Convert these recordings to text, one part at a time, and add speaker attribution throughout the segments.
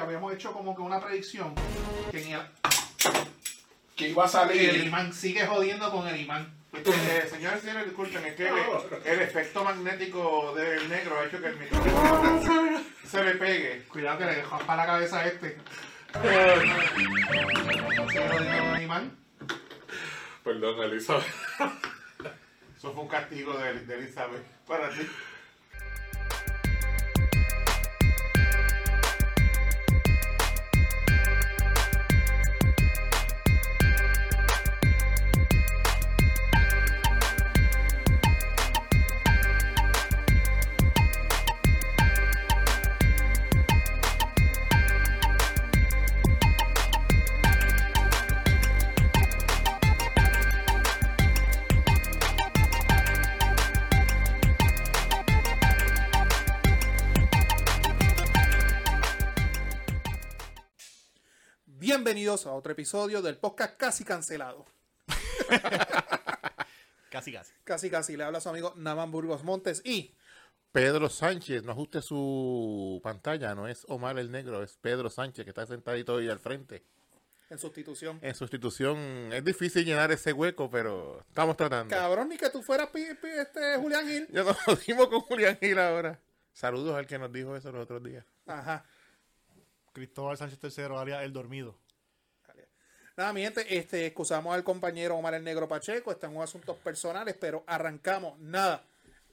Speaker 1: habíamos hecho como que una predicción que, en el-
Speaker 2: que iba a
Speaker 1: que el
Speaker 2: salir.
Speaker 1: imán sigue jodiendo con el imán.
Speaker 3: Entonces, señores y señores, disculpen, es que el, el efecto magnético del negro ha hecho que el micrófono se le pegue.
Speaker 1: Cuidado que le para la cabeza a este. Sigue jodiendo con el imán.
Speaker 2: Perdón, Elizabeth.
Speaker 3: Eso fue un castigo de, de Elizabeth para ti.
Speaker 4: Bienvenidos a otro episodio del podcast Casi Cancelado.
Speaker 5: Casi, casi.
Speaker 4: Casi Casi le habla su amigo Naman Burgos Montes y
Speaker 6: Pedro Sánchez, no ajuste su pantalla, no es Omar el Negro, es Pedro Sánchez que está sentadito ahí al frente.
Speaker 4: en sustitución.
Speaker 6: En sustitución, es difícil llenar ese hueco, pero estamos tratando.
Speaker 4: Cabrón, ni que tú fueras pi- pi- este, Julián Gil.
Speaker 6: Ya nos jodimos con Julián Gil ahora. Saludos al que nos dijo eso los otros días.
Speaker 4: Ajá.
Speaker 5: Cristóbal Sánchez III, alias El Dormido.
Speaker 4: Nada, mi gente, este, excusamos al compañero Omar el Negro Pacheco, están en asuntos personales, pero arrancamos. Nada.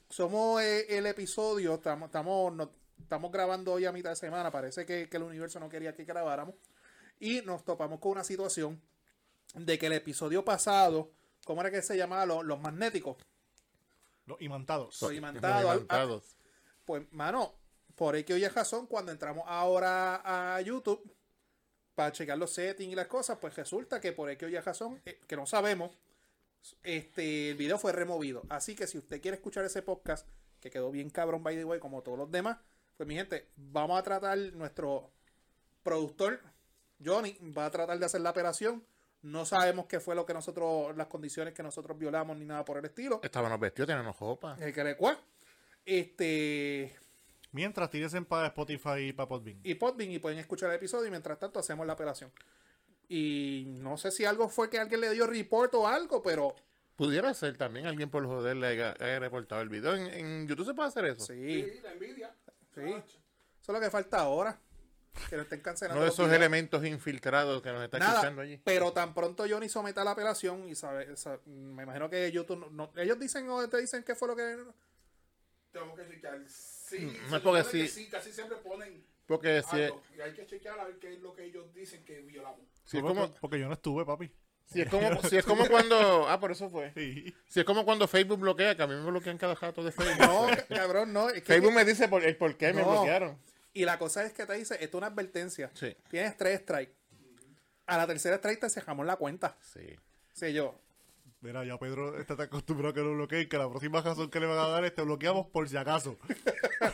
Speaker 4: Somos eh, el episodio, estamos, estamos, no- estamos grabando hoy a mitad de semana, parece que, que el universo no quería que grabáramos. Y nos topamos con una situación de que el episodio pasado, ¿cómo era que se llamaba? Los, los magnéticos.
Speaker 5: Los imantados.
Speaker 4: Soy
Speaker 6: Los
Speaker 4: imantado. al-
Speaker 6: imantados.
Speaker 4: Pues, mano, por X o Y razón, cuando entramos ahora a YouTube para checar los settings y las cosas, pues resulta que por X o Y razón, eh, que no sabemos, este, el video fue removido. Así que si usted quiere escuchar ese podcast, que quedó bien cabrón, by the way, como todos los demás, pues mi gente, vamos a tratar, nuestro productor, Johnny, va a tratar de hacer la operación. No sabemos qué fue lo que nosotros, las condiciones que nosotros violamos ni nada por el estilo.
Speaker 6: Estábamos vestidos, teníamos ropa.
Speaker 4: El que le cua. Este,
Speaker 5: Mientras tíresen para Spotify y para Podbean.
Speaker 4: y Podbean y pueden escuchar el episodio y mientras tanto hacemos la apelación. Y no sé si algo fue que alguien le dio report o algo, pero
Speaker 6: Pudiera ser también alguien por joder le haya, haya reportado el video. En, en YouTube se puede hacer eso.
Speaker 4: sí, sí.
Speaker 2: Sí, la envidia.
Speaker 4: Eso es lo que falta ahora. Que no estén cancelando.
Speaker 6: No de
Speaker 4: los
Speaker 6: esos
Speaker 4: videos.
Speaker 6: elementos infiltrados que nos están
Speaker 4: Nada,
Speaker 6: escuchando allí.
Speaker 4: pero tan pronto Johnny someta la apelación y sabe, sa- me imagino que YouTube no- no- ellos dicen o te dicen qué fue lo que
Speaker 2: Tengo que chequear. Sí, se
Speaker 6: Mm, no es porque
Speaker 2: supone que
Speaker 6: sí.
Speaker 2: Casi siempre ponen
Speaker 6: Porque
Speaker 4: Ah,
Speaker 6: si, es-
Speaker 2: algo. Y hay que chequear a ver qué es lo que ellos dicen que violamos.
Speaker 6: si es
Speaker 5: Porque-
Speaker 6: como,
Speaker 5: Porque yo no estuve, papi.
Speaker 6: si es como, si es como cuando... Ah, por eso fue.
Speaker 5: Sí.
Speaker 6: Si es como cuando Facebook bloquea, que a mí me bloquean cada rato de Facebook.
Speaker 4: no, cabrón, no, es que-
Speaker 6: Facebook me dice por, el por qué me
Speaker 4: No.
Speaker 6: bloquearon.
Speaker 4: y la cosa es que te dice, esto es una advertencia.
Speaker 6: Sí.
Speaker 4: Tienes tres strikes. A la tercera strike te cerramos la cuenta.
Speaker 6: Sí.
Speaker 4: Sí, yo.
Speaker 5: Mira, ya Pedro está tan acostumbrado a que lo bloqueen que la próxima razón que le van a dar es te bloqueamos por si acaso.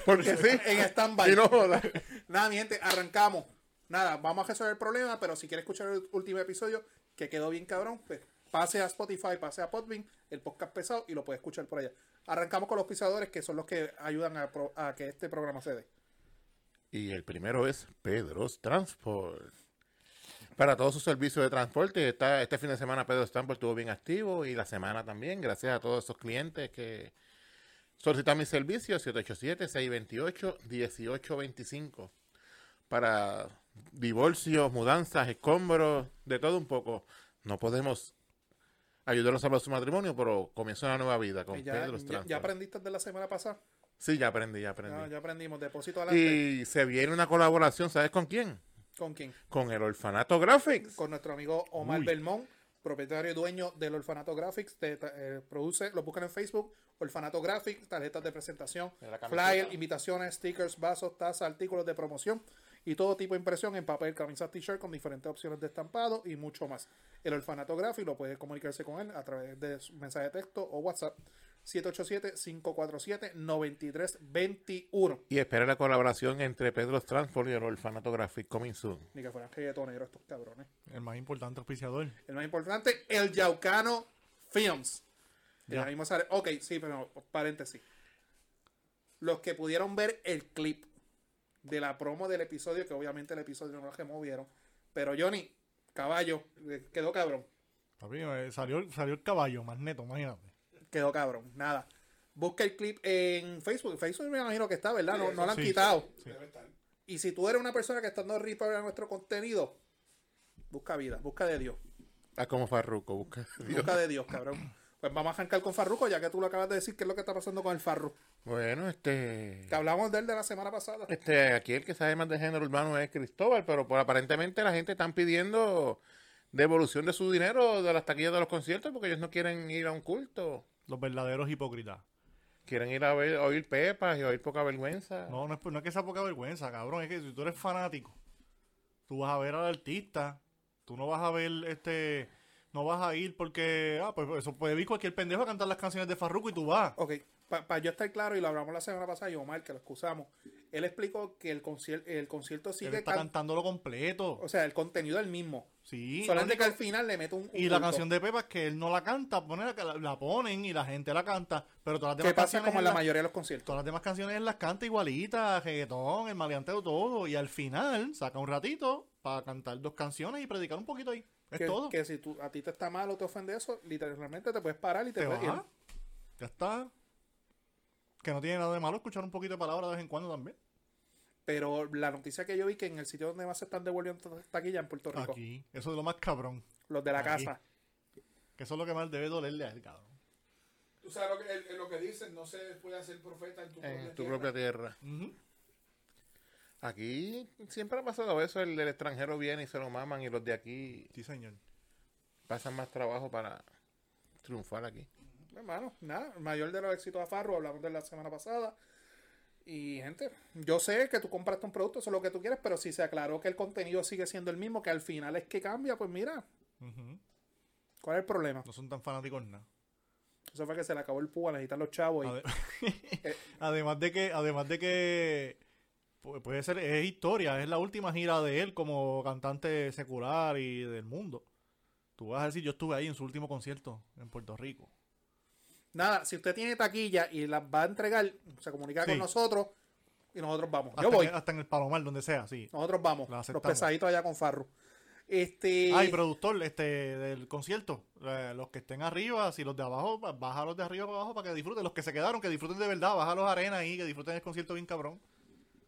Speaker 6: Porque sí.
Speaker 4: En stand-by.
Speaker 6: Y no jodas.
Speaker 4: Nada, mi gente, arrancamos. Nada, vamos a resolver el problema, pero si quieres escuchar el último episodio, que quedó bien cabrón, pues pase a Spotify, pase a Podbean, el podcast pesado, y lo puedes escuchar por allá. Arrancamos con los pisadores, que son los que ayudan a, pro- a que este programa se dé.
Speaker 6: Y el primero es Pedro's Transport. Para todos sus servicios de transporte, está, este fin de semana Pedro's Transport estuvo bien activo y la semana también, gracias a todos esos clientes que solicitan mis servicios, 787-628-1825, para divorcios, mudanzas, escombros, de todo un poco. No podemos ayudarlos a salvar su matrimonio, pero comienza una nueva vida con
Speaker 4: Y ya,
Speaker 6: Pedro's
Speaker 4: ya,
Speaker 6: Transport.
Speaker 4: ya aprendiste de la semana pasada.
Speaker 6: Sí, ya aprendí, ya aprendí.
Speaker 4: Ya, ya aprendimos. Depósito adelante.
Speaker 6: Y se viene una colaboración, ¿sabes con quién?
Speaker 4: ¿Con quién?
Speaker 6: Con el Orfanato Graphics.
Speaker 4: Con nuestro amigo Omar
Speaker 5: Uy.
Speaker 4: Belmont, propietario y dueño del Orfanato Graphics. te- ta- eh, produce, lo buscan en Facebook, Orfanato Graphics, tarjetas de presentación,
Speaker 6: Mira la camiseta.
Speaker 4: flyer, invitaciones, stickers, vasos, tazas, artículos de promoción y todo tipo de impresión en papel, camisas, t-shirt con diferentes opciones de estampado y mucho más. El Orfanato Graphics lo puede comunicarse con él a través de su mensaje de texto o WhatsApp 787-547-9321.
Speaker 6: Y espera la colaboración entre Pedro Transport y el Orfanato Graphics coming soon.
Speaker 4: Ni que fueran reggaetoneros estos cabrones.
Speaker 5: El más importante auspiciador.
Speaker 4: El más importante, el Yaucano Films. Y ahora mismo sale- Ok, sí, pero paréntesis. Los que pudieron ver el clip de la promo del episodio, que obviamente el episodio no lo removieron. Pero Johnny, caballo, eh, quedó cabrón.
Speaker 5: Papi, eh, salió, salió el caballo, más neto, imagínate.
Speaker 4: Quedó cabrón, nada. Busca el clip en Facebook. Facebook me imagino que está, ¿verdad? No,
Speaker 2: Sí,
Speaker 4: no lo han
Speaker 5: sí.
Speaker 4: quitado.
Speaker 2: Debe estar.
Speaker 4: Y si tú eres una persona que está dando rip a nuestro contenido, busca vida, busca de Dios.
Speaker 6: Ah, como Farruco, busca.
Speaker 4: Busca de Dios, cabrón. Pues vamos a arrancar con Farruco, ya que tú lo acabas de decir, qué es lo que está pasando con el Farru.
Speaker 6: Bueno, este.
Speaker 4: Que hablamos de él de la semana pasada.
Speaker 5: Eh.
Speaker 6: Este, aquí el que sabe más de género urbano es Cristóbal, pero por, aparentemente la gente están pidiendo devolución de su dinero de las taquillas de los conciertos porque ellos no quieren ir a un culto.
Speaker 5: Los verdaderos hipócritas.
Speaker 6: Quieren ir a ver, a oír pepas y a oír poca vergüenza.
Speaker 5: No, no es, no es que sea poca vergüenza, cabrón. Es que si tú eres fanático, tú vas a ver al artista. Tú no vas a ver este. No vas a ir porque. Ah, pues eso puede ir cualquier pendejo a cantar las canciones de Farruko y tú vas.
Speaker 4: Ok, para yo estar claro, y lo hablamos la semana pasada, y Omar, que lo excusamos, él explicó que el, concier- el concierto
Speaker 5: Él
Speaker 4: sigue,
Speaker 5: está
Speaker 4: can-
Speaker 5: cantándolo completo.
Speaker 4: o sea, el contenido es el mismo.
Speaker 5: Sí.
Speaker 4: Solamente que al final le meto un... un
Speaker 5: Y la
Speaker 4: punto.
Speaker 5: canción de Pepa es que él no la canta, pone la, la ponen y la gente la canta, pero todas las demás
Speaker 4: Que pasa
Speaker 5: canciones
Speaker 4: como en
Speaker 5: él
Speaker 4: la
Speaker 5: las-
Speaker 4: mayoría de los conciertos.
Speaker 5: Todas las demás canciones él las canta igualitas, reggaetón, el maleanteo, todo. Y al final saca un ratito para cantar dos canciones y predicar un poquito ahí. Es
Speaker 4: que,
Speaker 5: todo.
Speaker 4: que si tú, a ti te está mal o te ofende eso, literalmente te puedes parar y te,
Speaker 5: te
Speaker 4: puedes
Speaker 5: vas.
Speaker 4: ir.
Speaker 5: Ya está. Que no tiene nada de malo escuchar un poquito de palabra de vez en cuando también.
Speaker 4: Pero la noticia que yo vi que en el sitio donde más se están devolviendo taquilla en Puerto Rico,
Speaker 5: Aquí. Eso es lo más cabrón.
Speaker 4: los de la
Speaker 5: Aquí.
Speaker 4: casa.
Speaker 5: Que eso es lo que más debe dolerle a él, cabrón.
Speaker 2: Tú sabes lo que, el- el- lo que dicen, no se puede hacer profeta en tu propia
Speaker 6: En Eh, tu
Speaker 2: tierra.
Speaker 6: propia tierra.
Speaker 5: Ujú.
Speaker 6: Aquí siempre ha pasado eso, el del extranjero viene y se lo maman y los de aquí
Speaker 5: Sí, señor.
Speaker 6: pasan más trabajo para triunfar aquí.
Speaker 4: Hermano, nada, el mayor de los éxitos a Farro, hablamos de la semana pasada. Y gente, yo sé que tú compraste un producto, eso es lo que tú quieres, pero si se aclaró que el contenido sigue siendo el mismo, que al final es que cambia, pues mira,
Speaker 5: Ujú.
Speaker 4: ¿cuál es el problema?
Speaker 5: No son tan fanáticos nada.
Speaker 4: Eso fue que se le acabó el púa, necesitan los chavos. y-
Speaker 5: Ade-
Speaker 4: eh,
Speaker 5: además de que, además de que pu- puede ser, es historia, es la última gira de él como cantante secular y del mundo. Tú vas a decir, yo estuve ahí en su último concierto en Puerto Rico.
Speaker 4: Nada, si usted tiene taquilla y las va a entregar, se comunica
Speaker 5: Sí.
Speaker 4: con nosotros y nosotros vamos.
Speaker 5: Hasta,
Speaker 4: yo voy,
Speaker 5: En, hasta en el Palomar, donde sea, sí.
Speaker 4: nosotros vamos.
Speaker 5: la
Speaker 4: Los
Speaker 5: aceptamos.
Speaker 4: pesaditos allá con Farro. Este,
Speaker 5: Ah, y productor este, del concierto, eh, los que estén arriba, si los de abajo, ba- baja los de arriba para abajo para que disfruten. Los que se quedaron, que disfruten de verdad, baja los arenas ahí, que disfruten el concierto bien cabrón.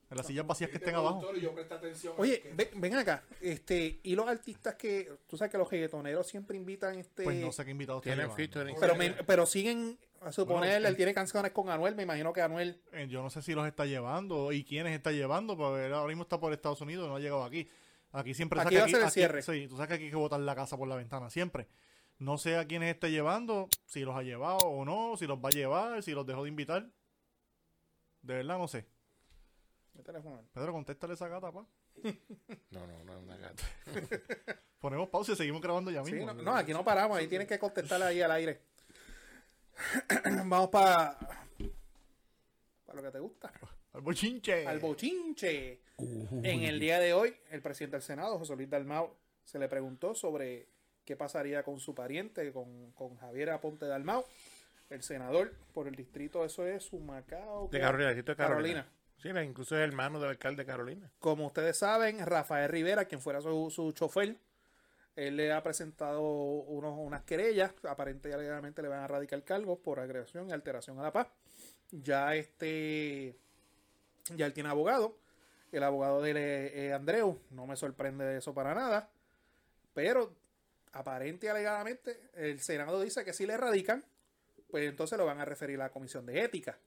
Speaker 5: En las sillas vacías que
Speaker 2: Este
Speaker 5: estén abajo.
Speaker 2: productor Y yo presta atención.
Speaker 4: Oye,
Speaker 2: Que-
Speaker 4: ve- ven, acá, este, y los artistas que, tú sabes que los reggaetoneros siempre invitan este,
Speaker 5: Pues no sé qué invitados están
Speaker 6: Tienen
Speaker 5: llevando.
Speaker 6: featuring.
Speaker 4: pero, me- pero siguen, a suponer,
Speaker 5: Bueno,
Speaker 4: él tiene canciones con Anuel, me imagino que Anuel,
Speaker 5: Eh, Yo no sé si los está llevando y quiénes está llevando, pero él ahora mismo está por Estados Unidos, no ha llegado aquí. Aquí siempre
Speaker 4: Aquí va a ser el cierre.
Speaker 5: Sí, tú sabes que aquí hay que botar la casa por la ventana, siempre. No sé a quiénes está llevando, si los ha llevado o no, si los va a llevar, si los dejó de invitar. De verdad no sé.
Speaker 4: mi teléfono,
Speaker 5: Pedro, contéstale esa gata, pa.
Speaker 6: No, no, no es una gata.
Speaker 5: Ponemos pausa y seguimos grabando ya
Speaker 4: Sí,
Speaker 5: mismo.
Speaker 4: no, no, aquí no paramos, ahí tienes que contestarle ahí al aire. Vamos para para lo que te gusta,
Speaker 5: Al bochinche.
Speaker 4: al bochinche. En el día de hoy, el presidente del Senado, José Luis Dalmau, se le preguntó sobre qué pasaría con su pariente, con, con Javier Aponte Dalmau, el senador por el distrito, eso es Sumacao.
Speaker 6: De
Speaker 4: ¿qué?
Speaker 6: Carolina, el sitio de Carolina.
Speaker 4: Carolina.
Speaker 6: Sí, la- incluso es hermano del alcalde de Carolina.
Speaker 4: Como ustedes saben, Rafael Rivera, quien fuera su, su chofer, él le ha presentado unos, unas querellas, aparentemente y alegadamente le van a radicar cargos por agresión y alteración a la paz. Ya este, ya él tiene abogado, el abogado de él es- es Andreu, no me sorprende eso para nada, pero aparente y alegadamente el Senado dice que si le radican, pues entonces lo van a referir a la Comisión de Ética.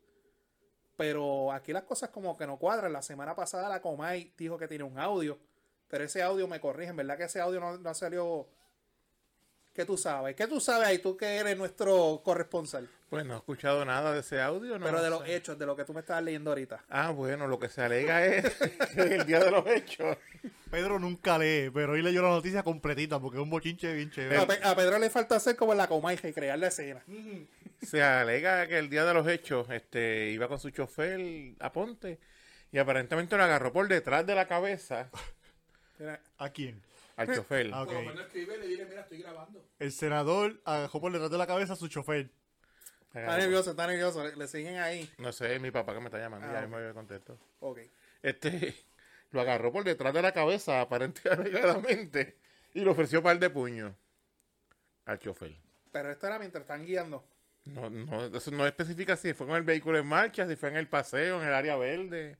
Speaker 4: Pero aquí las cosas como que no cuadran. La semana pasada la Comay dijo que tiene un audio. Pero ese audio me corrigen, ¿verdad? Que ese audio no, no salió. ¿Qué tú sabes? ¿Qué tú sabes ahí? Tú que eres nuestro corresponsal.
Speaker 6: Pues no he escuchado nada de ese audio, ¿no?
Speaker 4: pero de
Speaker 6: sé.
Speaker 4: los hechos, de lo que tú me estabas leyendo ahorita.
Speaker 6: Ah, bueno, lo que se alega es que el día de los hechos.
Speaker 5: Pedro nunca lee, pero hoy leyó la noticia completita porque es un bochinche bien
Speaker 4: A,
Speaker 5: chévere.
Speaker 4: Pe- a Pedro le falta hacer como en la Comay y crear la escena.
Speaker 6: Mm.
Speaker 2: "Mm,
Speaker 6: Se alega que el día de los hechos este, iba con su chofer a Ponte y aparentemente lo agarró por detrás de la cabeza
Speaker 4: Mira,
Speaker 5: ¿A quién?
Speaker 6: al chofer.
Speaker 5: Ah, ok.
Speaker 2: Por lo menos escribe y le dile, mira, estoy grabando.
Speaker 5: El senador agajó por detrás de la cabeza a su chofer.
Speaker 4: Está nervioso, está nervioso. Le, le siguen ahí.
Speaker 6: No sé, es mi papá que me está llamando,
Speaker 4: Ah,
Speaker 6: ya
Speaker 4: ok.
Speaker 6: mismo yo contesto.
Speaker 4: Ok.
Speaker 6: este lo agarró por detrás de la cabeza, aparentemente, y le ofreció par de puños al chofer.
Speaker 4: Pero esto era mientras están guiando.
Speaker 6: No, no, eso no especifica si fue con el vehículo en marcha, si fue en el paseo, en el área verde,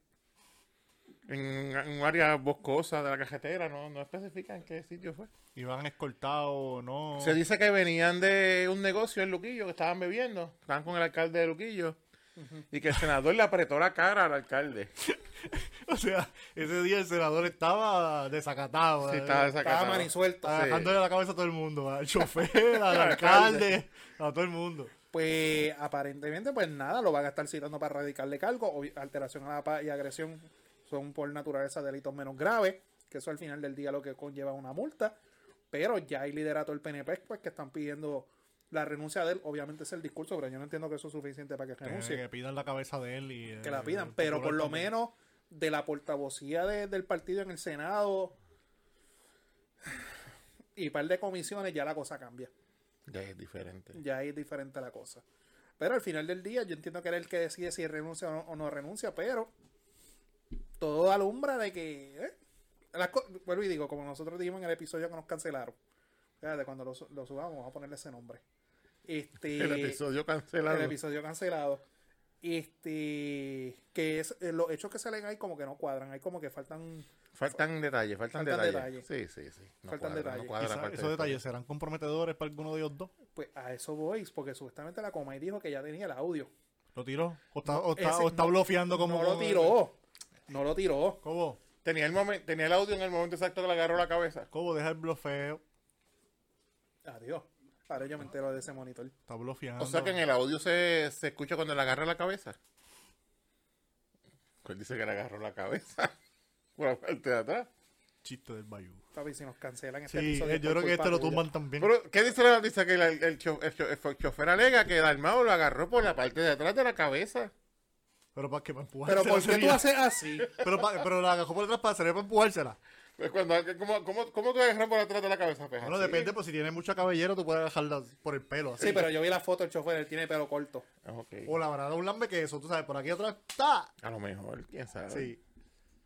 Speaker 6: en, en un área boscosa de la carretera, no, no especifica en qué sitio fue.
Speaker 5: Iban escoltados, ¿no?
Speaker 6: Se dice que venían de un negocio en Luquillo, que estaban bebiendo, estaban con el alcalde de Luquillo, y que el senador le apretó la cara al alcalde.
Speaker 5: O sea, ese día el senador estaba desacatado.
Speaker 6: Sí,
Speaker 5: ¿eh?
Speaker 4: Estaba
Speaker 6: estaba desacatado.
Speaker 4: manisuelto.
Speaker 5: Estaba
Speaker 6: sí.
Speaker 5: dejándole la cabeza a todo el mundo, al chofer, al alcalde, a todo el mundo.
Speaker 4: Pues aparentemente, pues nada, lo van a estar citando para radicarle cargo. Obvi- Alteración a la paz y agresión son por naturaleza delitos menos graves, que eso al final del día lo que conlleva una multa. Pero ya hay liderato del PNP pues, que están pidiendo la renuncia de él. Obviamente es el discurso, pero yo no entiendo que eso es suficiente para que
Speaker 5: Que,
Speaker 4: renuncie.
Speaker 5: que pidan la cabeza de él y... eh,
Speaker 4: que la
Speaker 5: el
Speaker 4: pidan, pero por
Speaker 5: popular
Speaker 4: lo
Speaker 5: también.
Speaker 4: menos de la portavocía de- del partido en el Senado y par de comisiones ya la cosa cambia,
Speaker 6: Ya es diferente.
Speaker 4: ya es diferente la cosa. Pero al final del día yo entiendo que era el que decide si renuncia o no, o no renuncia, pero todo alumbra de que... eh, las co- vuelvo y digo, como nosotros dijimos en el episodio que nos cancelaron, fíjate, cuando lo, su- lo subamos vamos a ponerle ese nombre. Este,
Speaker 6: el episodio cancelado.
Speaker 4: el episodio cancelado. Este, que es eh, los hechos que salen ahí como que no cuadran, hay como que faltan
Speaker 6: Faltan detalles, faltan,
Speaker 4: Faltan
Speaker 6: detalles. Sí, sí, sí.
Speaker 4: Faltan
Speaker 6: cuadra,
Speaker 4: detalles.
Speaker 6: cuadra
Speaker 5: Quizá
Speaker 6: la parte
Speaker 5: esos
Speaker 6: de-
Speaker 5: detalles serán comprometedores para alguno de ellos dos.
Speaker 4: pues a eso voy, porque supuestamente la Comay dijo que ya tenía el audio.
Speaker 5: ¿Lo tiró? ¿O está, o está,
Speaker 4: ese-
Speaker 5: o está
Speaker 4: no-
Speaker 5: blofeando como...
Speaker 4: no lo
Speaker 5: como-
Speaker 4: tiró. No lo tiró.
Speaker 5: Cobo,
Speaker 6: Tenía el, momen- tenía el audio en el momento exacto que le agarró la cabeza.
Speaker 5: Cobo, deja el blofeo.
Speaker 4: Adiós. Ahora yo me entero de ese monitor.
Speaker 5: Está blofeando.
Speaker 6: O sea que en el audio se, se escucha cuando le agarra la cabeza. Pues dice que le agarró la cabeza. Por la parte de atrás.
Speaker 5: Chiste del Bayou.
Speaker 4: Papi, si nos cancelan este
Speaker 5: Sí,
Speaker 4: episodio.
Speaker 5: eh, yo
Speaker 4: por
Speaker 5: creo que
Speaker 4: culpa
Speaker 5: este lo
Speaker 4: tuya.
Speaker 5: tumban también.
Speaker 6: Pero, ¿qué dice la noticia? Que el, el cho- el cho- el chofer alega que Dalmao lo agarró por la parte de atrás de la cabeza.
Speaker 5: Pero para que para empujársela.
Speaker 4: Pero ¿por qué tú
Speaker 5: sería.
Speaker 4: haces así?
Speaker 5: Pero, pa- pero la agarró por detrás para sería para empujársela.
Speaker 6: Pues cuando, ¿cómo, cómo, cómo tú agarras por atrás de la cabeza?
Speaker 4: Ah,
Speaker 6: Pues
Speaker 5: Bueno,
Speaker 6: así.
Speaker 5: depende, pues si tiene mucho cabellero, tú puedes agarrarla por el pelo. Así.
Speaker 4: Sí, pero yo vi la foto del chofer, él tiene pelo corto.
Speaker 6: Ah, ok.
Speaker 5: O la verdad, un lambe que eso, tú sabes, por aquí atrás está.
Speaker 6: A lo mejor, quién sabe.
Speaker 5: Sí.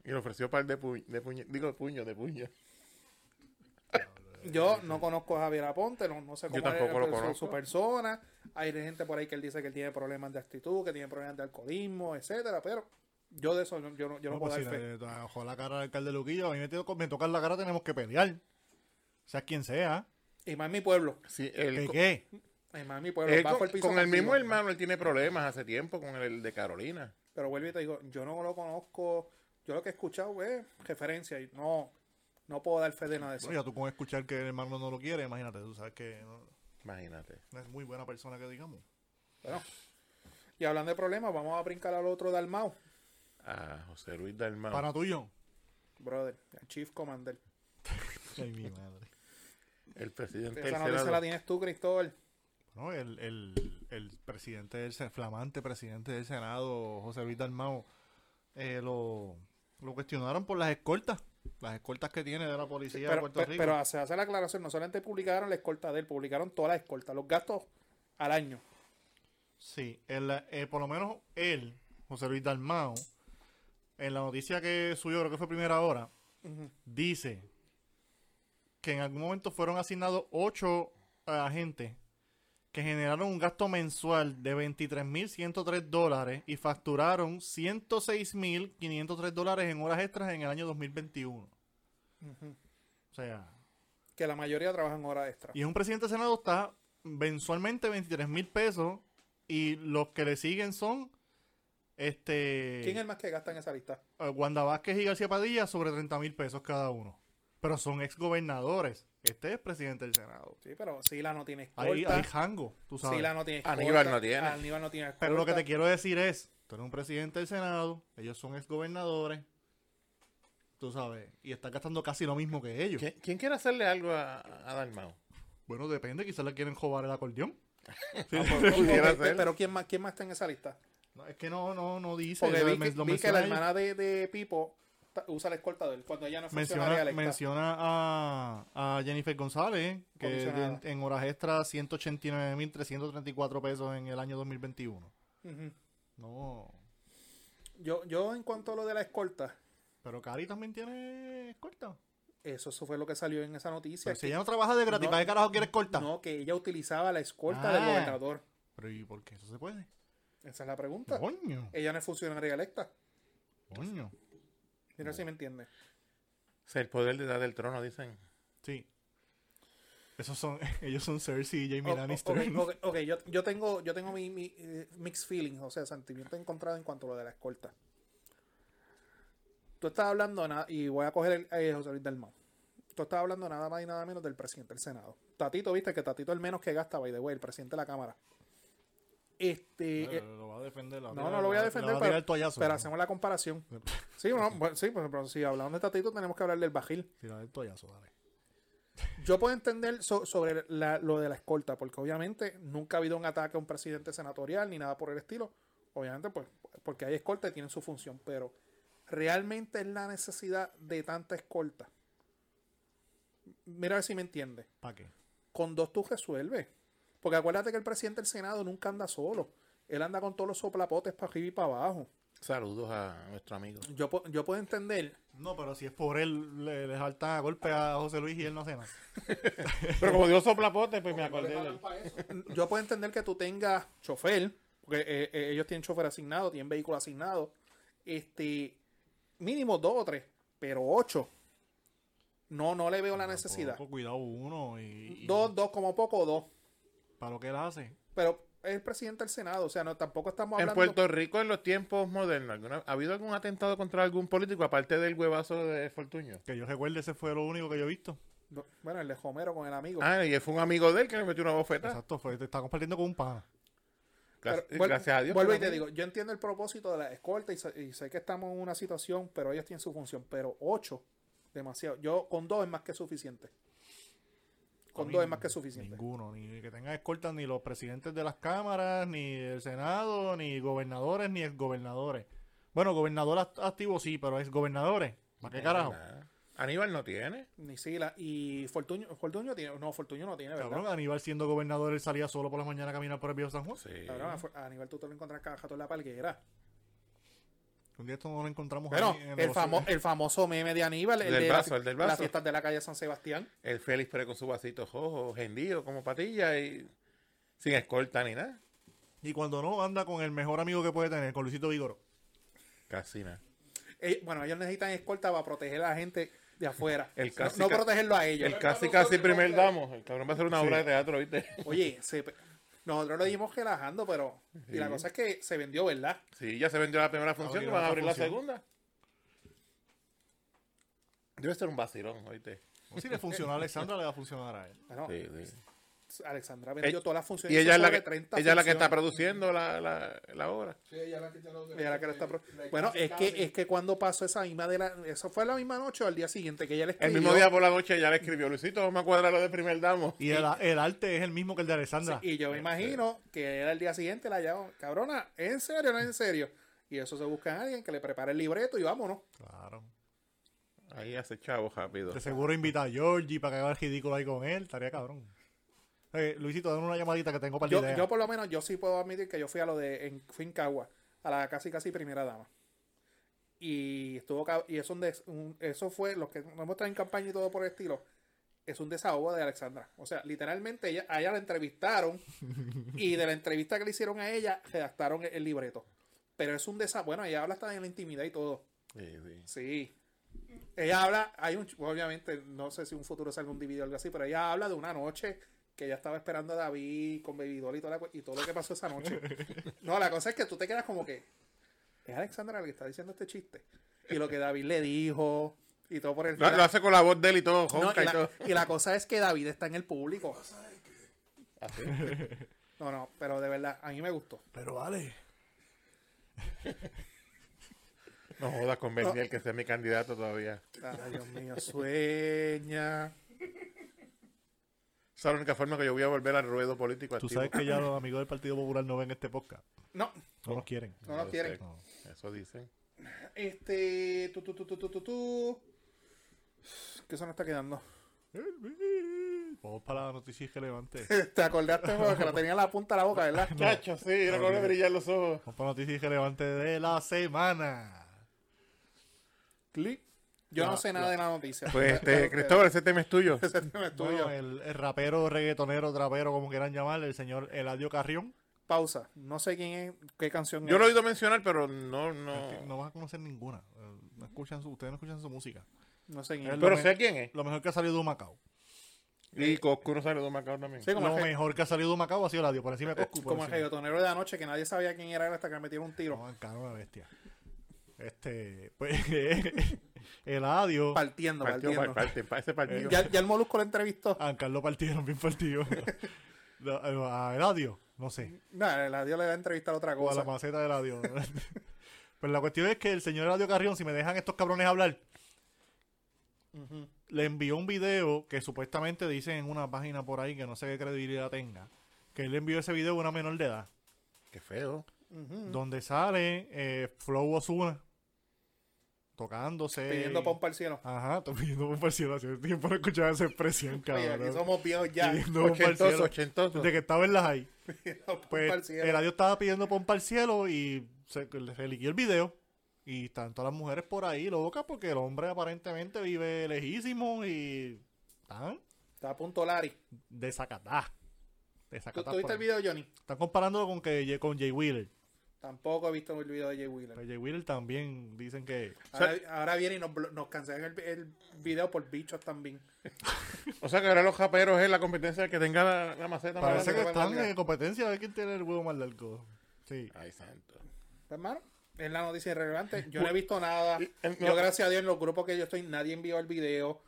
Speaker 6: Y le ofreció par de, puño, de puño, digo, puño, de puño.
Speaker 4: Yo no conozco a Javier Aponte, no, no sé cómo es
Speaker 6: tampoco lo
Speaker 4: su-
Speaker 6: conozco.
Speaker 4: su persona. Hay gente por ahí que él dice que él tiene problemas de actitud, que tiene problemas de alcoholismo, etcétera, pero yo de eso no- yo no, yo no
Speaker 5: No,
Speaker 4: puedo
Speaker 5: pues si
Speaker 4: dar fe.
Speaker 5: le le agarró la cara al alcalde Luquillo, a mí me, tengo- me tocan la cara, tenemos que pelear. Sea quien sea.
Speaker 4: Y más en mi pueblo,
Speaker 6: Sí, el,
Speaker 5: ¿Qué
Speaker 6: co-
Speaker 5: qué?
Speaker 4: y más en mi pueblo,
Speaker 6: él
Speaker 4: bajo
Speaker 6: Eh, con,
Speaker 4: el piso
Speaker 6: con el
Speaker 4: contigo.
Speaker 6: mismo hermano, él tiene problemas hace tiempo con el de Carolina.
Speaker 4: Pero vuelvo y te digo, yo no lo conozco, yo lo que he escuchado es referencia y no, no puedo dar fe de nada de eso.
Speaker 5: Bueno, ya tú con escuchar que el hermano no lo quiere, imagínate, tú sabes que no,
Speaker 6: Imagínate.
Speaker 5: no es muy buena persona que digamos.
Speaker 4: Bueno, y hablando de problemas, vamos a brincar al otro Dalmau,
Speaker 6: A José Luis Dalmau.
Speaker 5: Para tuyo.
Speaker 4: brother, el Chief Commander.
Speaker 5: Ay, mi madre.
Speaker 6: El presidente del
Speaker 4: Esa noticia
Speaker 6: Senado.
Speaker 4: la tienes tú, Cristóbal.
Speaker 5: No, el, el, el presidente del Sen- flamante presidente del Senado, José Luis Dalmao, eh, lo, lo cuestionaron por las escoltas, las escoltas que tiene de la policía de
Speaker 4: pero,
Speaker 5: Puerto
Speaker 4: pero-
Speaker 5: Rico.
Speaker 4: pero se hace la aclaración, no solamente publicaron la escolta de él, publicaron toda la escolta, los gastos al año.
Speaker 5: sí, el, eh, por lo menos él, José Luis Dalmao, en la noticia que subió, creo que fue primera hora, dice que en algún momento fueron asignados ocho eh, agentes que generaron un gasto mensual de 23.103 dólares y facturaron 106.503 dólares en horas extras en el año 2021. O sea,
Speaker 4: Que la mayoría trabajan horas extra.
Speaker 5: y eh, es un presidente del Senado está mensualmente 23 mil pesos y los que le siguen son este
Speaker 4: ¿Quién es el más que gasta en esa lista?
Speaker 5: eh, Wanda Vázquez y García Padilla sobre 30 mil pesos cada uno. Pero son exgobernadores. Este es presidente del Senado.
Speaker 4: Sí, pero Sila no tiene
Speaker 5: Ahí
Speaker 4: escolta.
Speaker 5: hay jango, tú sabes.
Speaker 4: Sila no tiene escolta.
Speaker 6: Aníbal no tiene.
Speaker 4: Aníbal no tiene
Speaker 5: Pero lo que
Speaker 4: escolta.
Speaker 5: te quiero decir es, tú eres un presidente del Senado, ellos son exgobernadores, tú sabes, y estás gastando casi lo mismo que ellos.
Speaker 6: ¿Qui- ¿Quién, quiere hacerle algo a, a Dalmau?
Speaker 5: Bueno, depende, quizás le quieren jobar el acordeón.
Speaker 6: pudiera
Speaker 4: Ah, pues, Ok, pe-
Speaker 6: ser.
Speaker 4: Pero ¿quién más, ¿quién más está en esa lista?
Speaker 5: No, es que no, no, no dice.
Speaker 4: Porque
Speaker 5: lo-
Speaker 4: vi, que,
Speaker 5: men- lo
Speaker 4: vi que la
Speaker 5: menciona ahí.
Speaker 4: hermana de, de Pipo ta- usa la escolta de él cuando ella no es funcionaria
Speaker 5: Menciona,
Speaker 4: electa.
Speaker 5: menciona a, a Jennifer González, que
Speaker 4: Comisionada.
Speaker 5: en, en horas extras 189.334 pesos en el año 2021.
Speaker 4: Ujú.
Speaker 5: No.
Speaker 4: Yo, yo en cuanto a lo de la escolta,
Speaker 5: Pero Cari también tiene corta.
Speaker 4: Eso, eso fue lo que salió en esa noticia.
Speaker 5: Pero si
Speaker 4: que-
Speaker 5: ella no trabaja de gratis,
Speaker 4: No.
Speaker 5: ¿para qué carajo quieres corta?
Speaker 4: no, que ella utilizaba la escolta del
Speaker 5: Ah.
Speaker 4: gobernador.
Speaker 5: Pero ¿y por qué eso se puede?
Speaker 4: Esa es la pregunta.
Speaker 5: Coño,
Speaker 4: Ella no es funcionaria electa.
Speaker 5: coño.
Speaker 4: Mira si me entiende.
Speaker 6: O sea, el poder de edad del trono, dicen.
Speaker 5: Sí. Esos son, ellos son Cersei y Jamie
Speaker 4: O- o-
Speaker 5: Lannister.
Speaker 4: ok, ok, ok, yo, yo tengo, yo tengo mi, mi, eh, mixed feelings, o sea, sentimiento encontrado en cuanto a lo de la escolta. Tú estás hablando, na- y voy a coger el, eh, José Luis Dalmau. Tú estás hablando nada más y nada menos del presidente del Senado. Tatito, viste que Tatito el menos que gasta, by the way, el presidente de la Cámara. Este, eh,
Speaker 5: Lo va a defender. la-
Speaker 4: no, no lo voy a
Speaker 5: la-
Speaker 4: defender,
Speaker 5: la va tirar el
Speaker 4: pero,
Speaker 5: toallazo,
Speaker 4: pero
Speaker 5: ¿no?
Speaker 4: hacemos la comparación. Sí, bueno, bueno, sí, pues, pero si hablamos de Tatito, tenemos que hablar del Bajil.
Speaker 5: Tirar el toallazo, dale.
Speaker 4: Yo puedo entender so- sobre la- lo de la escolta, porque obviamente nunca ha habido un ataque a un presidente senatorial ni nada por el estilo. Obviamente, pues, porque hay escolta y tienen su función, pero realmente es la necesidad de tanta escolta. Mira a ver si me entiendes.
Speaker 5: ¿Para qué?
Speaker 4: Con dos tú resuelves. Porque acuérdate que el presidente del Senado nunca anda solo. Él anda con todos los soplapotes para arriba y para abajo.
Speaker 6: Saludos a nuestro amigo.
Speaker 4: Yo, po- yo puedo entender.
Speaker 5: No, pero si es por él, le, le saltan a golpe a José Luis y él no hace nada.
Speaker 6: Pero como Dios sopla pote, pues
Speaker 2: No
Speaker 6: me
Speaker 2: le
Speaker 6: acordé
Speaker 2: pagan
Speaker 6: de
Speaker 2: para eso.
Speaker 4: yo puedo entender que tú tengas chofer, porque eh, eh, ellos tienen chofer asignado, tienen vehículo asignado, este, mínimo dos o tres, pero ocho. No, no le veo la necesidad.
Speaker 5: Tampoco, cuidado uno y, y-
Speaker 4: Dos, dos, como poco dos.
Speaker 5: ¿Para lo que él hace?
Speaker 4: Pero es el presidente del Senado, o sea, no, tampoco estamos
Speaker 6: En
Speaker 4: hablando...
Speaker 6: Puerto Rico, en los tiempos modernos, ¿alguna- ¿ha habido algún atentado contra algún político aparte del huevazo de Fortuño?
Speaker 5: Que yo recuerde, ese fue lo único que yo he visto.
Speaker 4: No, Bueno, el de Homero con el amigo.
Speaker 6: Ah, y fue un amigo de él que le metió una
Speaker 4: Ah.
Speaker 6: bofeta.
Speaker 5: Exacto, fue, te está compartiendo con un pana.
Speaker 4: Pero
Speaker 6: Gracias,
Speaker 4: vuel-
Speaker 6: gracias a Dios.
Speaker 4: Vuelvo
Speaker 6: que
Speaker 4: y te
Speaker 6: lo-
Speaker 4: digo, yo entiendo el propósito de la escolta y, sé- y sé que estamos en una situación, pero ellos tienen su función. Pero ocho, demasiado. Yo con dos es más que suficiente. Con
Speaker 5: A mí
Speaker 4: dos es más que suficiente.
Speaker 5: Ninguno, ni que tengan escoltas ni los presidentes de las cámaras, ni el Senado, ni gobernadores, ni exgobernadores. Bueno, gobernador act- activo sí, pero exgobernadores. ¿Para qué carajo?
Speaker 6: Nada. Aníbal no tiene.
Speaker 4: Ni Sila. Y Fortuño, Fortuño tiene. No, Fortuño no tiene, ¿verdad?
Speaker 5: Cabrón, Aníbal siendo gobernador, él salía solo por la mañana a caminar por el viejo San Juan.
Speaker 6: Sí.
Speaker 4: Cabrón, a Fu- a nivel tú te lo encuentras cada jato en la palguera.
Speaker 5: Un día esto no lo encontramos
Speaker 4: Bueno,
Speaker 5: ahí en
Speaker 4: el,
Speaker 5: los-
Speaker 4: famo- el famoso meme de Aníbal, el
Speaker 6: Del
Speaker 4: de la-
Speaker 6: vaso, el del vaso.
Speaker 4: las fiestas de la calle San Sebastián.
Speaker 6: El Félix Pérez con su vasito jojo, gendío, como patilla y sin escolta ni nada.
Speaker 5: Y cuando no, anda con el mejor amigo que puede tener, con Luisito Vigoro.
Speaker 6: Casi nada.
Speaker 4: Eh, bueno, ellos necesitan escolta para proteger a la gente de afuera.
Speaker 6: El
Speaker 4: No-
Speaker 6: casi
Speaker 4: no,
Speaker 6: ca-
Speaker 4: protegerlo a ellos.
Speaker 6: El casi, casi primer damos. El cabrón va a hacer una obra de teatro, ¿viste?
Speaker 4: Oye, se pe- nosotros lo dimos relajando, pero. Y la cosa es que se vendió, ¿verdad?
Speaker 6: Sí, ya se vendió la primera función,
Speaker 5: Abrieron
Speaker 6: que van a
Speaker 5: otra
Speaker 6: abrir la
Speaker 5: función.
Speaker 6: segunda. Debe ser un vacilón, ¿oíste?
Speaker 5: O si le funciona a Alexandra, le va a funcionar a él.
Speaker 4: Bueno,
Speaker 6: Sí, sí.
Speaker 4: Alexandra vendió
Speaker 6: Eh,
Speaker 4: todas las funciones.
Speaker 6: Y ella es la
Speaker 4: hizo
Speaker 6: que,
Speaker 4: sobre 30
Speaker 6: ella es la que está
Speaker 4: funciones.
Speaker 6: produciendo la, la, la obra.
Speaker 2: Sí, ella la que te lo-
Speaker 4: Mira que la está pro-
Speaker 2: la-
Speaker 4: Bueno,
Speaker 2: la-
Speaker 4: es que, es que cuando pasó esa misma de la. Eso fue la misma noche o al día siguiente que ella le
Speaker 6: El
Speaker 4: escribió.
Speaker 6: mismo día por la noche ella le escribió, Luisito, vamos a cuadrar lo de primer damo.
Speaker 5: Y el, el arte es el mismo que el de Alexandra.
Speaker 4: Y yo me imagino que era el día siguiente la llamo, cabrona, ¿es en serio o no es en serio? Y eso se busca a alguien que le prepare el libreto y vámonos.
Speaker 5: Claro.
Speaker 6: Ahí hace chavo rápido.
Speaker 5: De seguro invita a Georgie para que haga el ridículo ahí con él. Estaría cabrón. Eh, Luisito, dame una llamadita que tengo para la
Speaker 4: Yo,
Speaker 5: idea.
Speaker 4: yo por lo menos, yo sí puedo admitir que yo fui a lo de en Fincagua, a la casi casi primera dama. Y estuvo cab- y es un des- un- eso fue lo que nos muestran en campaña y todo por el estilo. Es un desahogo de Alexandra. O sea, literalmente ella, a ella la entrevistaron y de la entrevista que le hicieron a ella redactaron el, el libreto. Pero es un desahogo. Bueno, ella habla hasta de la intimidad y todo.
Speaker 6: Sí, sí.
Speaker 4: Sí. Ella habla, hay un, obviamente, no sé si un futuro salga un DVD o algo así, pero ella habla de una noche que ella estaba esperando a David con Baby Doll y, toda la cu- y todo lo que pasó esa noche. No, la cosa es que tú te quedas como que es Alexandra la que está diciendo este chiste. Y lo que David le dijo y todo por el...
Speaker 6: Lo, lo hace con la voz de él y todo,
Speaker 4: No,
Speaker 6: jonca
Speaker 4: y,
Speaker 6: y todo.
Speaker 4: la, y la cosa es que David está en el público.
Speaker 6: Así.
Speaker 4: No, no, pero de verdad, a mí me gustó.
Speaker 5: Pero vale.
Speaker 6: No jodas con Bernier, que sea mi candidato todavía.
Speaker 4: Ay, Dios mío, sueña.
Speaker 6: Esa es la única forma que yo voy a volver al ruedo político
Speaker 5: Tú
Speaker 6: activo.
Speaker 5: sabes que ya los amigos del Partido Popular no ven este podcast.
Speaker 4: No,
Speaker 5: No nos quieren.
Speaker 4: no nos quieren.
Speaker 5: No.
Speaker 6: Eso dicen.
Speaker 4: Este. Tu, tu, tu, tu, tu, tu, tu. ¿Qué eso nos está quedando?
Speaker 5: Vamos para las noticias relevantes.
Speaker 4: Te acordaste porque que la tenía en la punta de la boca, ¿verdad?
Speaker 6: Chacho, sí, no le brillan los ojos.
Speaker 5: Vamos para las noticias relevantes de la semana.
Speaker 4: Clic. Yo no sé nada de la noticia.
Speaker 6: Pues, este,
Speaker 4: Ustedes-
Speaker 6: Cristóbal, ese tema es tuyo.
Speaker 4: ese tema es tuyo.
Speaker 5: Bueno, el, el rapero, reggaetonero, trapero, como quieran llamarle, el señor Eladio Carrión.
Speaker 4: Pausa. No sé quién es, qué canción
Speaker 6: Yo
Speaker 4: es.
Speaker 6: lo he oído mencionar, pero no, no.
Speaker 5: No vas a conocer ninguna. Eh, No escuchan su, ustedes no escuchan su música.
Speaker 4: No sé quién es.
Speaker 5: Él
Speaker 6: Pero
Speaker 5: me-
Speaker 6: sé quién es.
Speaker 5: Lo mejor que ha salido de Macao.
Speaker 6: Y Coscu no sale de Macao también.
Speaker 4: Sí, como
Speaker 5: Lo
Speaker 4: el, re-
Speaker 5: mejor que ha salido de Macao ha sido Eladio, por encima de Coscu. por
Speaker 4: Eh, como el
Speaker 5: encima.
Speaker 4: reggaetonero de la noche que nadie sabía quién era hasta que le metieron un tiro.
Speaker 5: No, el cabrón, una bestia. Este, pues, Eladio.
Speaker 4: Partiendo,
Speaker 6: Partió
Speaker 4: partiendo.
Speaker 6: pa- parte- pa- ese partido.
Speaker 4: Ya, ya el Molusco lo entrevistó.
Speaker 5: A Ah, Carlos partieron bien partido. No, a Eladio, no sé.
Speaker 4: No, la Dios le va a entrevistar otra
Speaker 5: O a la
Speaker 4: cosa.
Speaker 5: maceta de Eladio. Pero la cuestión es que el señor Eladio Carrión, si me dejan estos cabrones hablar,
Speaker 4: Ujú.
Speaker 5: le envió un video que supuestamente dicen en una página por ahí que no sé qué credibilidad tenga. Que él envió ese video a una menor de edad.
Speaker 6: Qué feo.
Speaker 4: Mm.
Speaker 5: Donde sale eh, Flow Ozuna tocándose.
Speaker 4: Pidiendo pompa al cielo.
Speaker 5: Ajá, estoy pidiendo pompa al cielo. Hace tiempo no escuchaba esa expresión,
Speaker 4: Oye,
Speaker 5: cabrón.
Speaker 4: aquí somos viejos ya.
Speaker 5: Pidiendo pompa al
Speaker 6: Ochentoso,
Speaker 5: cielo.
Speaker 6: ochentoso.
Speaker 5: Desde que estaba en las hay.
Speaker 4: Pompa al
Speaker 5: Pues
Speaker 4: cielo.
Speaker 5: el adiós estaba pidiendo pompa al cielo y se reliquió el video. Y están todas las mujeres por ahí locas porque el hombre aparentemente vive lejísimo y están
Speaker 4: Está a punto Larry.
Speaker 5: desacatadas.
Speaker 4: ¿Tú,
Speaker 5: Desacatadas.
Speaker 4: tú viste
Speaker 5: por
Speaker 4: el
Speaker 5: ahí.
Speaker 4: video, Johnny?
Speaker 5: Están comparándolo con, que, con Jay Wheeler.
Speaker 4: Tampoco he visto el video de Jay
Speaker 5: Pero
Speaker 4: Wheeler.
Speaker 5: Jay Wheeler también dicen que...
Speaker 4: Ahora, ahora viene y nos, blo- nos cancelan el, el video por bichos también.
Speaker 6: O sea que ahora los japeros es la competencia que tenga la, la maceta más
Speaker 5: Parece que
Speaker 6: grande.
Speaker 5: están en competencia a ver quién tiene el huevo más largo. Sí.
Speaker 4: Ah,
Speaker 6: Ay, santo.
Speaker 4: Pues, Hermano, es la noticia irrelevante. Yo no he visto nada.
Speaker 6: Y- el-
Speaker 4: Yo, gracias a Dios, en los grupos que yo estoy, nadie envió el video.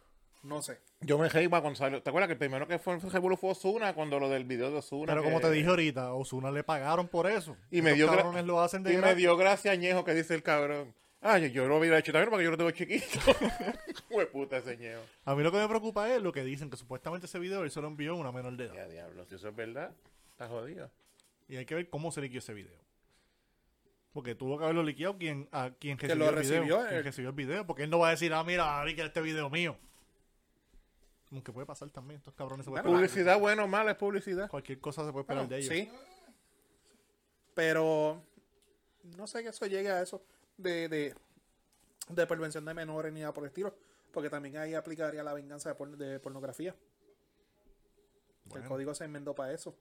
Speaker 4: No sé.
Speaker 6: Yo me reí para Gonzalo. ¿Te acuerdas que el primero que fue el revuelo fue Osuna cuando lo del video de Osuna?
Speaker 5: Pero como te dije ahorita, Osuna le pagaron por eso.
Speaker 6: Y me
Speaker 5: Estos
Speaker 6: dio gra-
Speaker 5: cabrones lo hacen de
Speaker 6: Y me
Speaker 5: gratis.
Speaker 6: dio gracia Añejo que dice el cabrón. Ah, yo, yo lo hubiera hecho también porque yo lo tengo chiquito. Hue puta ese Ñejo.
Speaker 5: A mí lo que me preocupa es lo que dicen, que supuestamente ese video él se lo envió a una menor de edad.
Speaker 6: Ya, diablo, si eso es verdad, está jodido.
Speaker 5: Y hay que ver cómo se liquió ese video. Porque tuvo que haberlo liqueado quien, a quien recibió,
Speaker 4: lo
Speaker 5: el video,
Speaker 4: recibió, eh.
Speaker 5: quien
Speaker 4: el-
Speaker 5: recibió el video. Porque él no va a decir, ah, mira, que este video mío. Aunque puede pasar también, estos cabrones se pueden
Speaker 4: Bueno,
Speaker 5: pelar.
Speaker 6: Publicidad buena o mala es publicidad.
Speaker 5: Cualquier cosa se puede
Speaker 4: Bueno,
Speaker 5: esperar de ellos.
Speaker 4: sí. Pero no sé que eso llegue a eso de, de, de prevención de menores ni nada por el estilo. Porque también ahí aplicaría la venganza de, por- de pornografía. El
Speaker 5: Bueno.
Speaker 4: código se enmendó para eso.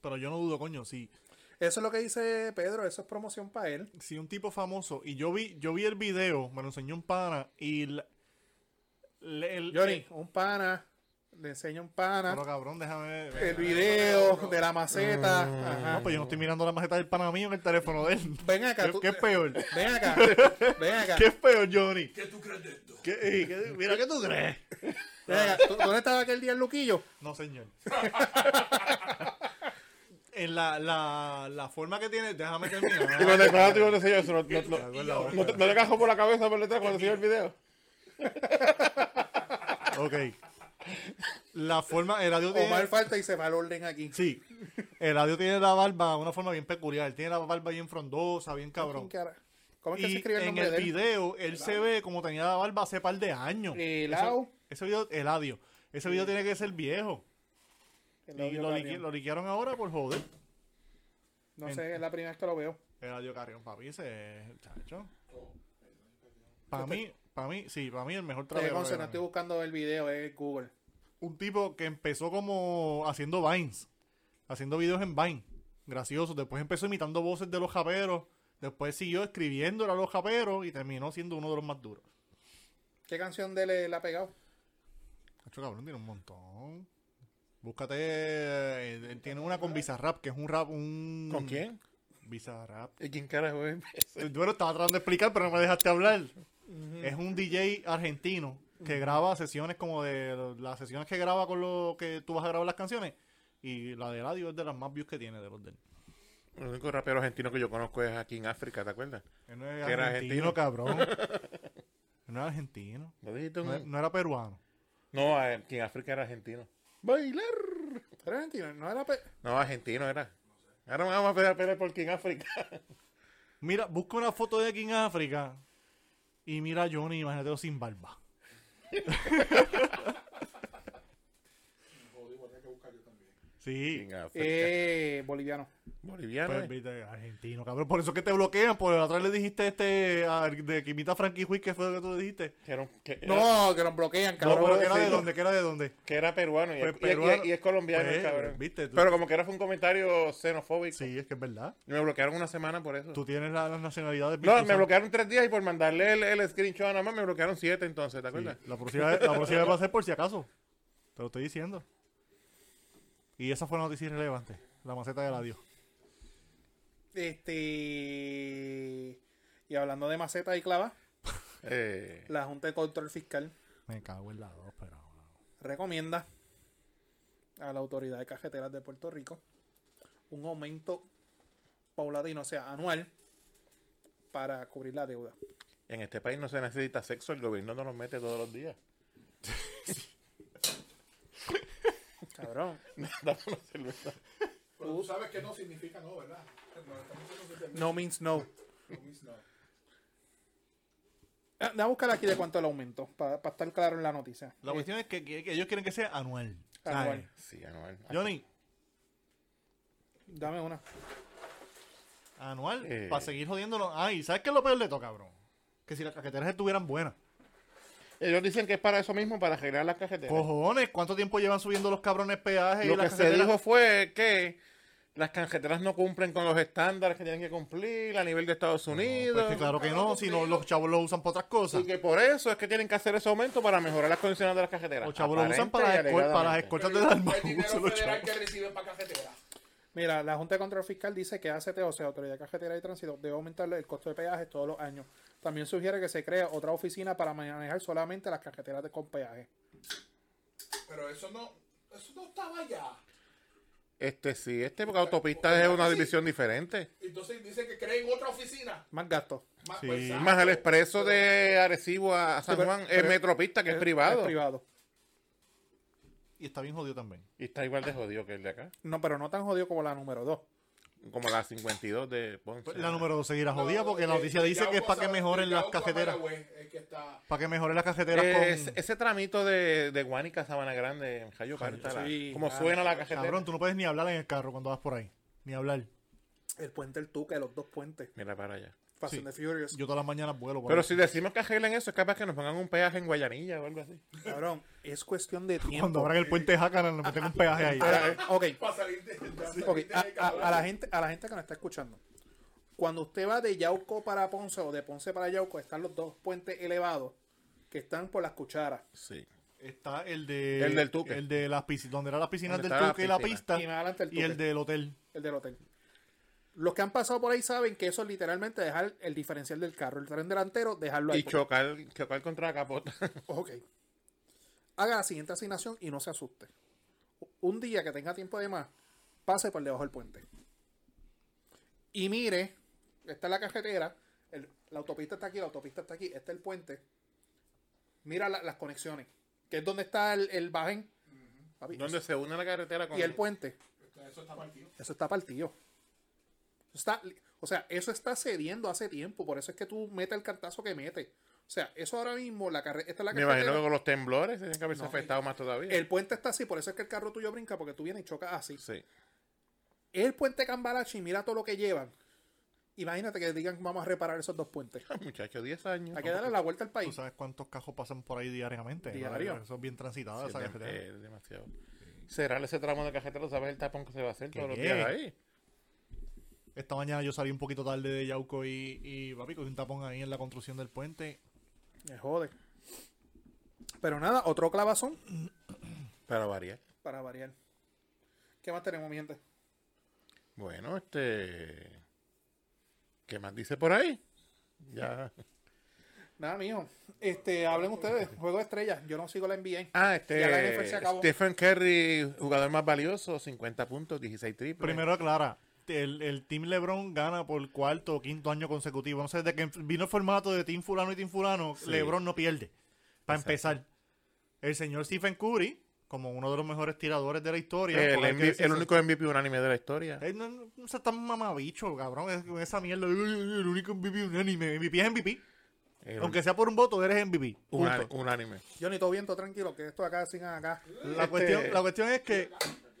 Speaker 5: Pero yo no dudo, coño, si,
Speaker 4: Eso es lo que dice Pedro, eso es promoción para él.
Speaker 5: si un tipo famoso, y yo vi, yo vi el video, me lo enseñó un pana, y la- le- el,
Speaker 4: Johnny, un pana, le enseña un pana,
Speaker 5: Pero cabrón, déjame ver.
Speaker 4: el video de la maceta. ajá.
Speaker 5: No, pues yo no estoy mirando la maceta del pana mío en el teléfono de él.
Speaker 4: Ven acá,
Speaker 5: ¿Qué,
Speaker 4: tú-
Speaker 5: qué es peor?
Speaker 4: Ven acá, ven acá.
Speaker 5: ¿Qué es peor, Johnny?
Speaker 2: ¿Qué tú crees de esto?
Speaker 5: ¿Qué- eh, qué- mira, ¿qué tú crees?
Speaker 4: ven acá. ¿Tú- ¿Dónde estaba aquel día el Luquillo?
Speaker 5: No, señor. en la, la, la forma que tiene, déjame terminar.
Speaker 6: Y cuando el y cuando se eso, no, no, no-
Speaker 5: Hago en la
Speaker 6: no
Speaker 5: boca.
Speaker 6: te- no le cajo por la cabeza por detrás cuando se el video.
Speaker 5: ok. La forma, el audio
Speaker 4: Omar
Speaker 5: tiene.
Speaker 4: falta y se va el orden aquí.
Speaker 5: Sí. El audio tiene la barba de una forma bien peculiar. Tiene la barba bien frondosa, bien cabrón.
Speaker 4: ¿Quién cara- ¿Cómo es que se
Speaker 5: Y
Speaker 4: escribe el
Speaker 5: en
Speaker 4: nombre
Speaker 5: el
Speaker 4: de él?
Speaker 5: video, él se ve como tenía la barba hace par de años.
Speaker 4: Elao.
Speaker 5: Ese, ese video, el audio. Ese video tiene que ser viejo.
Speaker 4: El
Speaker 5: Y
Speaker 4: audio
Speaker 5: lo, liqui-
Speaker 4: Carrión.
Speaker 5: lo liquearon ahora por joder.
Speaker 4: No sé, es la primera vez que lo veo.
Speaker 5: El audio Carrión, papi, ese es el chacho.
Speaker 6: Oh,
Speaker 5: Para mí, para mí, sí, para mí el mejor
Speaker 4: Te
Speaker 5: trabajo.
Speaker 4: Eh, no estoy buscando el video, es Google.
Speaker 5: un tipo que empezó como haciendo vines, haciendo videos en Vine, graciosos. Después empezó imitando voces de los japeros. Después siguió escribiéndole a los japeros y terminó siendo uno de los más duros.
Speaker 4: ¿Qué canción de él eh, la ha pegado?
Speaker 5: Cacho cabrón, tiene un montón. Búscate. eh, él tiene una con Bizarrap, que es un rap. Un...
Speaker 6: ¿Con quién?
Speaker 5: Bizarrap.
Speaker 6: ¿Y quién carajo es?
Speaker 5: Bueno, estaba tratando de explicar, pero no me dejaste hablar. Es un DJ argentino que graba sesiones como de las sesiones que graba con lo que tú vas a grabar las canciones. Y la de radio es de las más views que tiene de los de él.
Speaker 6: El único rapero argentino que yo conozco es aquí en África, ¿te acuerdas?
Speaker 5: Él no es
Speaker 6: Que era
Speaker 5: argentino,
Speaker 6: argentino.
Speaker 5: cabrón. Él no era argentino.
Speaker 6: ¿No dijiste
Speaker 5: No,
Speaker 6: un-
Speaker 5: no era peruano.
Speaker 6: No, eh, aquí en África era argentino. ¡Bailar!
Speaker 4: Era argentino, no era. pe-
Speaker 6: No, argentino era. Ahora vamos a pelear, pelear por King África.
Speaker 5: Mira, busca una foto de aquí en África y mira a Johnny, imagínatelo sin barba.
Speaker 2: Joder, igual que buscar yo también.
Speaker 5: Sí.
Speaker 6: En África.
Speaker 4: Eh, boliviano.
Speaker 6: Boliviano.
Speaker 5: Pues,
Speaker 6: eh.
Speaker 5: viste, argentino, cabrón. Por eso que te bloquean. Por atrás le dijiste este. al de que imita a Frankie Huiz, que fue lo que tú le dijiste.
Speaker 6: Que era, que era-
Speaker 4: No, que nos bloquean,
Speaker 5: No,
Speaker 4: cabrón.
Speaker 5: pero que era de
Speaker 6: sí.
Speaker 5: dónde, que era de dónde.
Speaker 6: que era peruano y,
Speaker 5: Pues,
Speaker 6: y- y-
Speaker 5: peruano.
Speaker 6: y es colombiano, el
Speaker 5: Pues,
Speaker 6: cabrón.
Speaker 5: viste, tú-
Speaker 6: Pero como que era fue un comentario xenofóbico.
Speaker 5: Sí, es que es verdad.
Speaker 6: Me bloquearon una semana por eso.
Speaker 5: Tú tienes la- las nacionalidades.
Speaker 6: No,
Speaker 5: Víctor,
Speaker 6: me
Speaker 5: ¿sabes?
Speaker 6: bloquearon tres días y por mandarle el, el screenshot nada más me bloquearon siete entonces, ¿te acuerdas?
Speaker 5: Sí, La próxima, vez- la próxima vez va a ser por si acaso. Te lo estoy diciendo. Y esa fue una noticia irrelevante. La maceta de la Dios.
Speaker 4: Este. Y hablando de macetas y clavas,
Speaker 6: Eh,
Speaker 4: la Junta de Control Fiscal
Speaker 5: Me cago en la dos, pero.
Speaker 4: recomienda a la autoridad de cajeteras de Puerto Rico un aumento paulatino, o sea, anual, para cubrir la deuda.
Speaker 6: en este país no se necesita sexo, el gobierno no nos mete todos los días.
Speaker 4: Cabrón.
Speaker 6: Dame una cerveza.
Speaker 2: Pero tú sabes que no significa no, ¿verdad? No, estamos diciendo que
Speaker 4: No means no.
Speaker 2: no, Luis, no.
Speaker 4: Ah, Deja buscar aquí de cuánto el aumento, para estar claro en la noticia.
Speaker 5: La cuestión es que, que- que ellos quieren que sea anual. ¿sabes?
Speaker 4: Anual.
Speaker 6: Sí, Anuel.
Speaker 5: Johnny,
Speaker 4: Dame una.
Speaker 5: anual.
Speaker 6: Eh.
Speaker 5: Para seguir jodiéndonos. Ay, ¿sabes qué es lo peor de todo, cabrón? Que si las cajeteras estuvieran buenas.
Speaker 6: Ellos dicen que es para eso mismo, para arreglar las cajeteras.
Speaker 5: Cojones, ¿cuánto tiempo llevan subiendo los cabrones peajes? y
Speaker 6: Lo
Speaker 5: las
Speaker 6: que se
Speaker 5: cajeteras?
Speaker 6: dijo fue que las cajeteras no cumplen con los estándares que tienen que cumplir a nivel de Estados Unidos.
Speaker 5: Pues que claro que no, si no, los chavos lo usan para otras cosas.
Speaker 6: Y que por eso es que tienen que hacer ese aumento para mejorar las condiciones de las cajeteras.
Speaker 5: Los chavos lo usan
Speaker 6: Aparente
Speaker 5: para,
Speaker 6: y
Speaker 5: las escol- para las
Speaker 6: alegadamente.
Speaker 5: escoltas
Speaker 2: Pero
Speaker 5: del alma.
Speaker 2: El dinero
Speaker 5: usan los
Speaker 2: federal
Speaker 5: chavos.
Speaker 2: que reciben para cafetera.
Speaker 4: Mira, la Junta de Control Fiscal dice que ACT, o sea, Autoridad Cajetera y Tránsito, debe aumentar el costo de peajes todos los años. También sugiere que se crea otra oficina para manejar solamente las cajeteras de con peaje.
Speaker 2: Pero eso no, eso no estaba allá.
Speaker 6: Este sí, este porque autopista es una división diferente.
Speaker 2: Entonces dicen que creen otra oficina.
Speaker 4: Más gastos.
Speaker 2: Más,
Speaker 5: Sí.
Speaker 2: pues,
Speaker 6: Más el expreso de Arecibo a San
Speaker 4: Pero-
Speaker 6: Juan es
Speaker 4: pero-
Speaker 6: metropista, que es, privado.
Speaker 4: Es privado.
Speaker 5: Y está bien jodido también.
Speaker 6: Y está igual de jodido que el de acá.
Speaker 4: No, pero no tan jodido como la número 2.
Speaker 6: Como la 52 de Ponce.
Speaker 5: La número 2 seguirá jodida porque la
Speaker 2: eh,
Speaker 5: noticia dice que es
Speaker 2: Yauco
Speaker 5: para que
Speaker 2: Sab-
Speaker 5: mejoren las
Speaker 2: Yauco a
Speaker 5: cajeteras.
Speaker 2: Mayagüez, el que está-
Speaker 5: Para que mejoren las cajeteras
Speaker 6: Es-
Speaker 5: con...
Speaker 6: Ese tramito de, de Guánica, Sabana Grande, en Jayo Carta, la-
Speaker 4: sí,
Speaker 6: como
Speaker 4: claro.
Speaker 6: suena la cajetera.
Speaker 5: Cabrón, tú no puedes ni hablar en el carro cuando vas por ahí. Ni hablar.
Speaker 4: El puente El Tuque, los dos puentes.
Speaker 6: Mira para allá.
Speaker 4: Fast
Speaker 5: Sí.
Speaker 4: and the Furious.
Speaker 5: Yo todas las mañanas vuelo. por
Speaker 6: Pero
Speaker 5: ahí.
Speaker 6: si decimos que arreglen eso, es capaz que nos pongan un peaje en Guayanilla o algo así.
Speaker 4: Cabrón, es cuestión de
Speaker 5: Cuando
Speaker 4: tiempo.
Speaker 5: abran el puente de Jácara le meten un peaje ahí.
Speaker 4: A la- ok,
Speaker 2: Para salir de. para salir
Speaker 4: ok,
Speaker 2: de
Speaker 4: a, a-
Speaker 2: Cabrera.
Speaker 4: a la gente, a la gente que nos está escuchando. Cuando usted va de Yauco para Ponce o de Ponce para Yauco, están los dos puentes elevados que están por las cucharas.
Speaker 6: Sí.
Speaker 5: Está el de...
Speaker 6: El del Tuque.
Speaker 5: El de las piscinas. Donde eran las piscinas
Speaker 6: Donde
Speaker 5: del
Speaker 6: está la
Speaker 5: Tuque y la
Speaker 6: piscina.
Speaker 5: pista.
Speaker 4: Y más adelante el
Speaker 5: Y el
Speaker 4: Tuque.
Speaker 5: del hotel.
Speaker 4: el del hotel. Los que han pasado por ahí saben que eso es literalmente dejar el diferencial del carro, el tren delantero, dejarlo ahí.
Speaker 6: Y chocar, chocar contra la capota.
Speaker 4: Ok. Haga la siguiente asignación y no se asuste. Un día que tenga tiempo de más, pase por debajo del puente. Y mire, está la carretera, el- la autopista está aquí, la autopista está aquí, está el puente. Mira la- las conexiones, que es donde está el, el bajén. Papi,
Speaker 6: donde se une la carretera con
Speaker 4: y el puente.
Speaker 2: Eso está partido.
Speaker 4: Eso está partido. Eso está, o sea, eso está cediendo hace tiempo. Por eso es que tú metes el cantazo que mete. O sea, eso ahora mismo, la carre- esta es la
Speaker 6: Me
Speaker 4: carretera.
Speaker 6: imagino que con los temblores tienen que haberse afectado más todavía.
Speaker 4: El puente está así, por eso es que el carro tuyo brinca, porque tú vienes y chocas así.
Speaker 6: Sí.
Speaker 4: El puente Cambalachi, mira todo lo que llevan. Imagínate que digan vamos a reparar esos dos puentes.
Speaker 6: Ah, Muchacho, 10 años.
Speaker 4: Hay que darle la vuelta al
Speaker 5: Tú
Speaker 4: país.
Speaker 5: sabes cuántos cajos pasan por ahí diariamente.
Speaker 4: Diario.
Speaker 5: Eso es bien transitado.
Speaker 6: Sí,
Speaker 5: esa
Speaker 6: es dem-
Speaker 5: carretera.
Speaker 6: es demasiado. Cerrar ese tramo de cajetera, ¿sabes el tapón que se va a hacer todos los
Speaker 5: qué?
Speaker 6: días ahí?
Speaker 5: Esta mañana yo salí un poquito tarde de Yauco y, y papi, cogí un tapón ahí en la construcción del puente.
Speaker 4: Me jode. Pero nada, otro clavazón
Speaker 6: Para variar.
Speaker 4: para variar. ¿Qué más tenemos, mi gente?
Speaker 6: Bueno, este. ¿Qué más dice por ahí? Ya.
Speaker 4: Nada, mijo. Este, hablen ustedes. Juego de estrellas. Yo no sigo la NBA.
Speaker 6: Ah,
Speaker 4: Ya la NFL
Speaker 6: este.
Speaker 4: se acabó.
Speaker 6: Stephen Curry, jugador más valioso, 50 puntos, 16 triples.
Speaker 5: Primero aclara, el, el Team LeBron gana por cuarto o quinto año consecutivo. No sé, desde que vino el formato de Team Fulano y Team Fulano, LeBron no pierde. Para empezar, el señor Stephen Curry, como uno de los mejores tiradores de la historia,
Speaker 6: El,
Speaker 5: por ahí que
Speaker 6: MVP
Speaker 5: decirse-
Speaker 6: el único MVP unánime de la historia.
Speaker 5: Él eh, no, no, no sea tan mamabicho, cabrón. es- con esa mierda, "Uy, uy, el único MVP unánime. MVP es MVP.
Speaker 6: El
Speaker 5: Aunque sea por un voto, eres MVP. punto.
Speaker 6: una- unánime.
Speaker 5: Este,
Speaker 4: Yo ni todo bien, todo tranquilo, que esto acá sigan acá.
Speaker 5: La, cuestión, la cuestión es que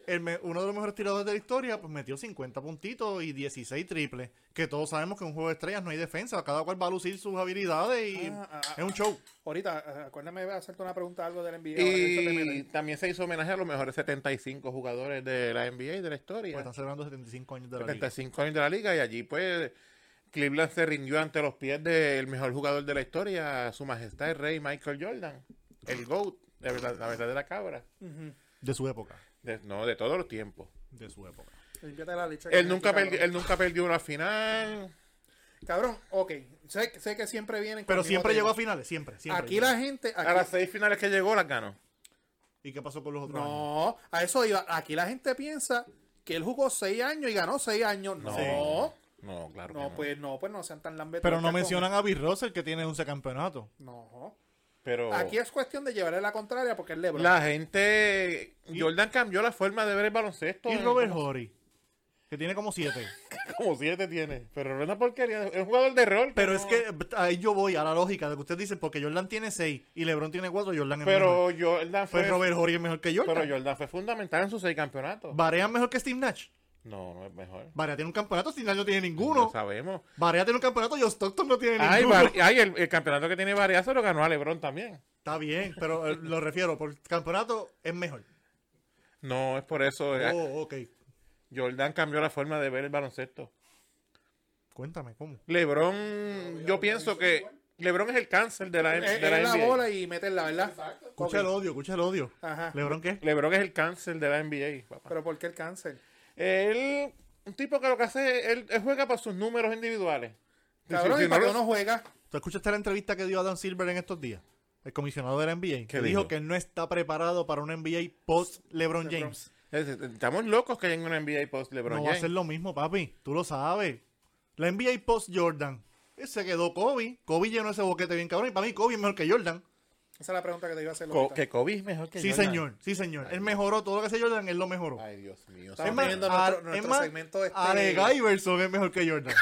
Speaker 5: el me- uno de los mejores tiradores de la historia, pues metió 50 puntitos y 16 triples. Que todos sabemos que en un juego de estrellas no hay defensa, cada cual va a lucir sus habilidades y
Speaker 4: Ah, ah, ah.
Speaker 5: es un show.
Speaker 4: Ahorita, eh, acuérdame de hacerte una pregunta algo del NBA. ahora que se te
Speaker 6: Y
Speaker 4: mete.
Speaker 6: también se hizo homenaje a los mejores 75 jugadores de la NBA de la historia.
Speaker 5: Pues están celebrando 75 años de la liga.
Speaker 6: 75 años de la liga y allí pues Cleveland se rindió ante los pies del mejor jugador de la historia, su majestad el rey Michael Jordan, el GOAT, la, verdad- la verdadera cabra,
Speaker 5: De su época.
Speaker 6: de- no, de todos los tiempos.
Speaker 5: De su época.
Speaker 4: Límpiate la leche que
Speaker 6: Él
Speaker 4: me
Speaker 6: nunca,
Speaker 4: quita,
Speaker 6: perdi- él nunca perdió una final.
Speaker 4: Cabrón, Cabrón, ok. Sé, que- sé que siempre vienen.
Speaker 5: Pero
Speaker 4: con el
Speaker 5: siempre
Speaker 4: mismo
Speaker 5: llegó a
Speaker 4: tema.
Speaker 5: finales, siempre. siempre
Speaker 4: Aquí la gente.
Speaker 6: A
Speaker 4: Aquí,
Speaker 6: las seis finales que llegó las ganó.
Speaker 5: ¿Y qué pasó con los otros? años?
Speaker 4: no, a eso iba. Aquí la gente piensa que él jugó seis años y ganó seis años. No.
Speaker 6: Sí. No, claro. que
Speaker 4: No, pues no, pues no sean tan lambetos.
Speaker 5: Pero no
Speaker 4: Cacón.
Speaker 5: mencionan a Bill Russell que tiene 11 campeonatos.
Speaker 4: No.
Speaker 6: Pero
Speaker 4: Aquí es cuestión de llevarle la contraria porque es LeBron.
Speaker 6: la gente... Jordan cambió la forma de ver el baloncesto.
Speaker 5: Y
Speaker 6: en-
Speaker 5: Robert Horry, que tiene como 7.
Speaker 6: Como siete tiene. Pero es una porquería. Es un jugador de rol.
Speaker 5: Pero
Speaker 6: no-
Speaker 5: es que ahí yo voy a la lógica de que ustedes dicen, porque Jordan tiene 6 y LeBron tiene 4, Jordan es
Speaker 6: Pero
Speaker 5: mejor.
Speaker 6: Jordan fue...
Speaker 5: Pues Robert Horry es mejor que Jordan.
Speaker 6: Pero Jordan fue fundamental en sus seis campeonatos.
Speaker 5: Barea es mejor que Steve Nash.
Speaker 6: No, no es mejor.
Speaker 5: Barea tiene un campeonato, Steve Nash no tiene
Speaker 6: Lo
Speaker 5: ninguno.
Speaker 6: sabemos.
Speaker 5: Barea tiene un campeonato, John Stockton no tiene
Speaker 6: Ay,
Speaker 5: ninguno.
Speaker 6: Bar- ay, el, el campeonato que tiene Barea se lo ganó a LeBron también.
Speaker 5: Está bien, pero eh, lo refiero, por campeonato es mejor.
Speaker 6: No, es por eso. eh,
Speaker 5: Oh, ok.
Speaker 6: Jordan cambió la forma de ver el baloncesto.
Speaker 5: Cuéntame, ¿cómo?
Speaker 6: LeBron, yo pienso que LeBron es el cáncer de la,
Speaker 4: Es,
Speaker 6: de la
Speaker 4: es Eh, la
Speaker 6: NBA.
Speaker 4: bola y meterla, ¿verdad?
Speaker 2: Exacto.
Speaker 5: Escucha el odio, escucha el odio.
Speaker 4: Ajá.
Speaker 5: ¿Lebron qué?
Speaker 6: LeBron es el cáncer de la NBA, papá.
Speaker 4: Pero ¿por qué el cáncer?
Speaker 6: Él, un tipo que lo que hace, es- él, él juega por sus números individuales. Y si-
Speaker 4: Cabrón,
Speaker 6: si
Speaker 4: ¿y para
Speaker 6: no
Speaker 4: qué
Speaker 6: lo-
Speaker 4: uno juega?
Speaker 5: ¿Tú escuchaste la entrevista que dio Adam Silver en estos días? El comisionado de la NBA. Que dijo?
Speaker 6: dijo?
Speaker 5: que él no está preparado para una NBA post LeBron James.
Speaker 6: Es- Estamos locos que hay en una NBA post LeBron
Speaker 5: no va a
Speaker 6: James.
Speaker 5: ser lo mismo, papi. Tú lo sabes. La NBA post Jordan. eh, Se quedó Kobe. Kobe llenó ese boquete bien cabrón. Y para mí Kobe es mejor que Jordan.
Speaker 4: Esa es la pregunta que te iba a hacer.
Speaker 6: Co-
Speaker 4: ahorita.
Speaker 6: que Kobe es mejor que
Speaker 5: Sí,
Speaker 6: Jordan.
Speaker 5: señor. Sí, señor. él mejoró todo lo que hace Jordan. Él lo mejoró.
Speaker 6: Ay, Dios mío.
Speaker 4: Estamos
Speaker 6: señor.
Speaker 4: viendo nuestro-
Speaker 5: a-
Speaker 4: nuestro segmento este-
Speaker 5: Allen Iverson es mejor que Jordan.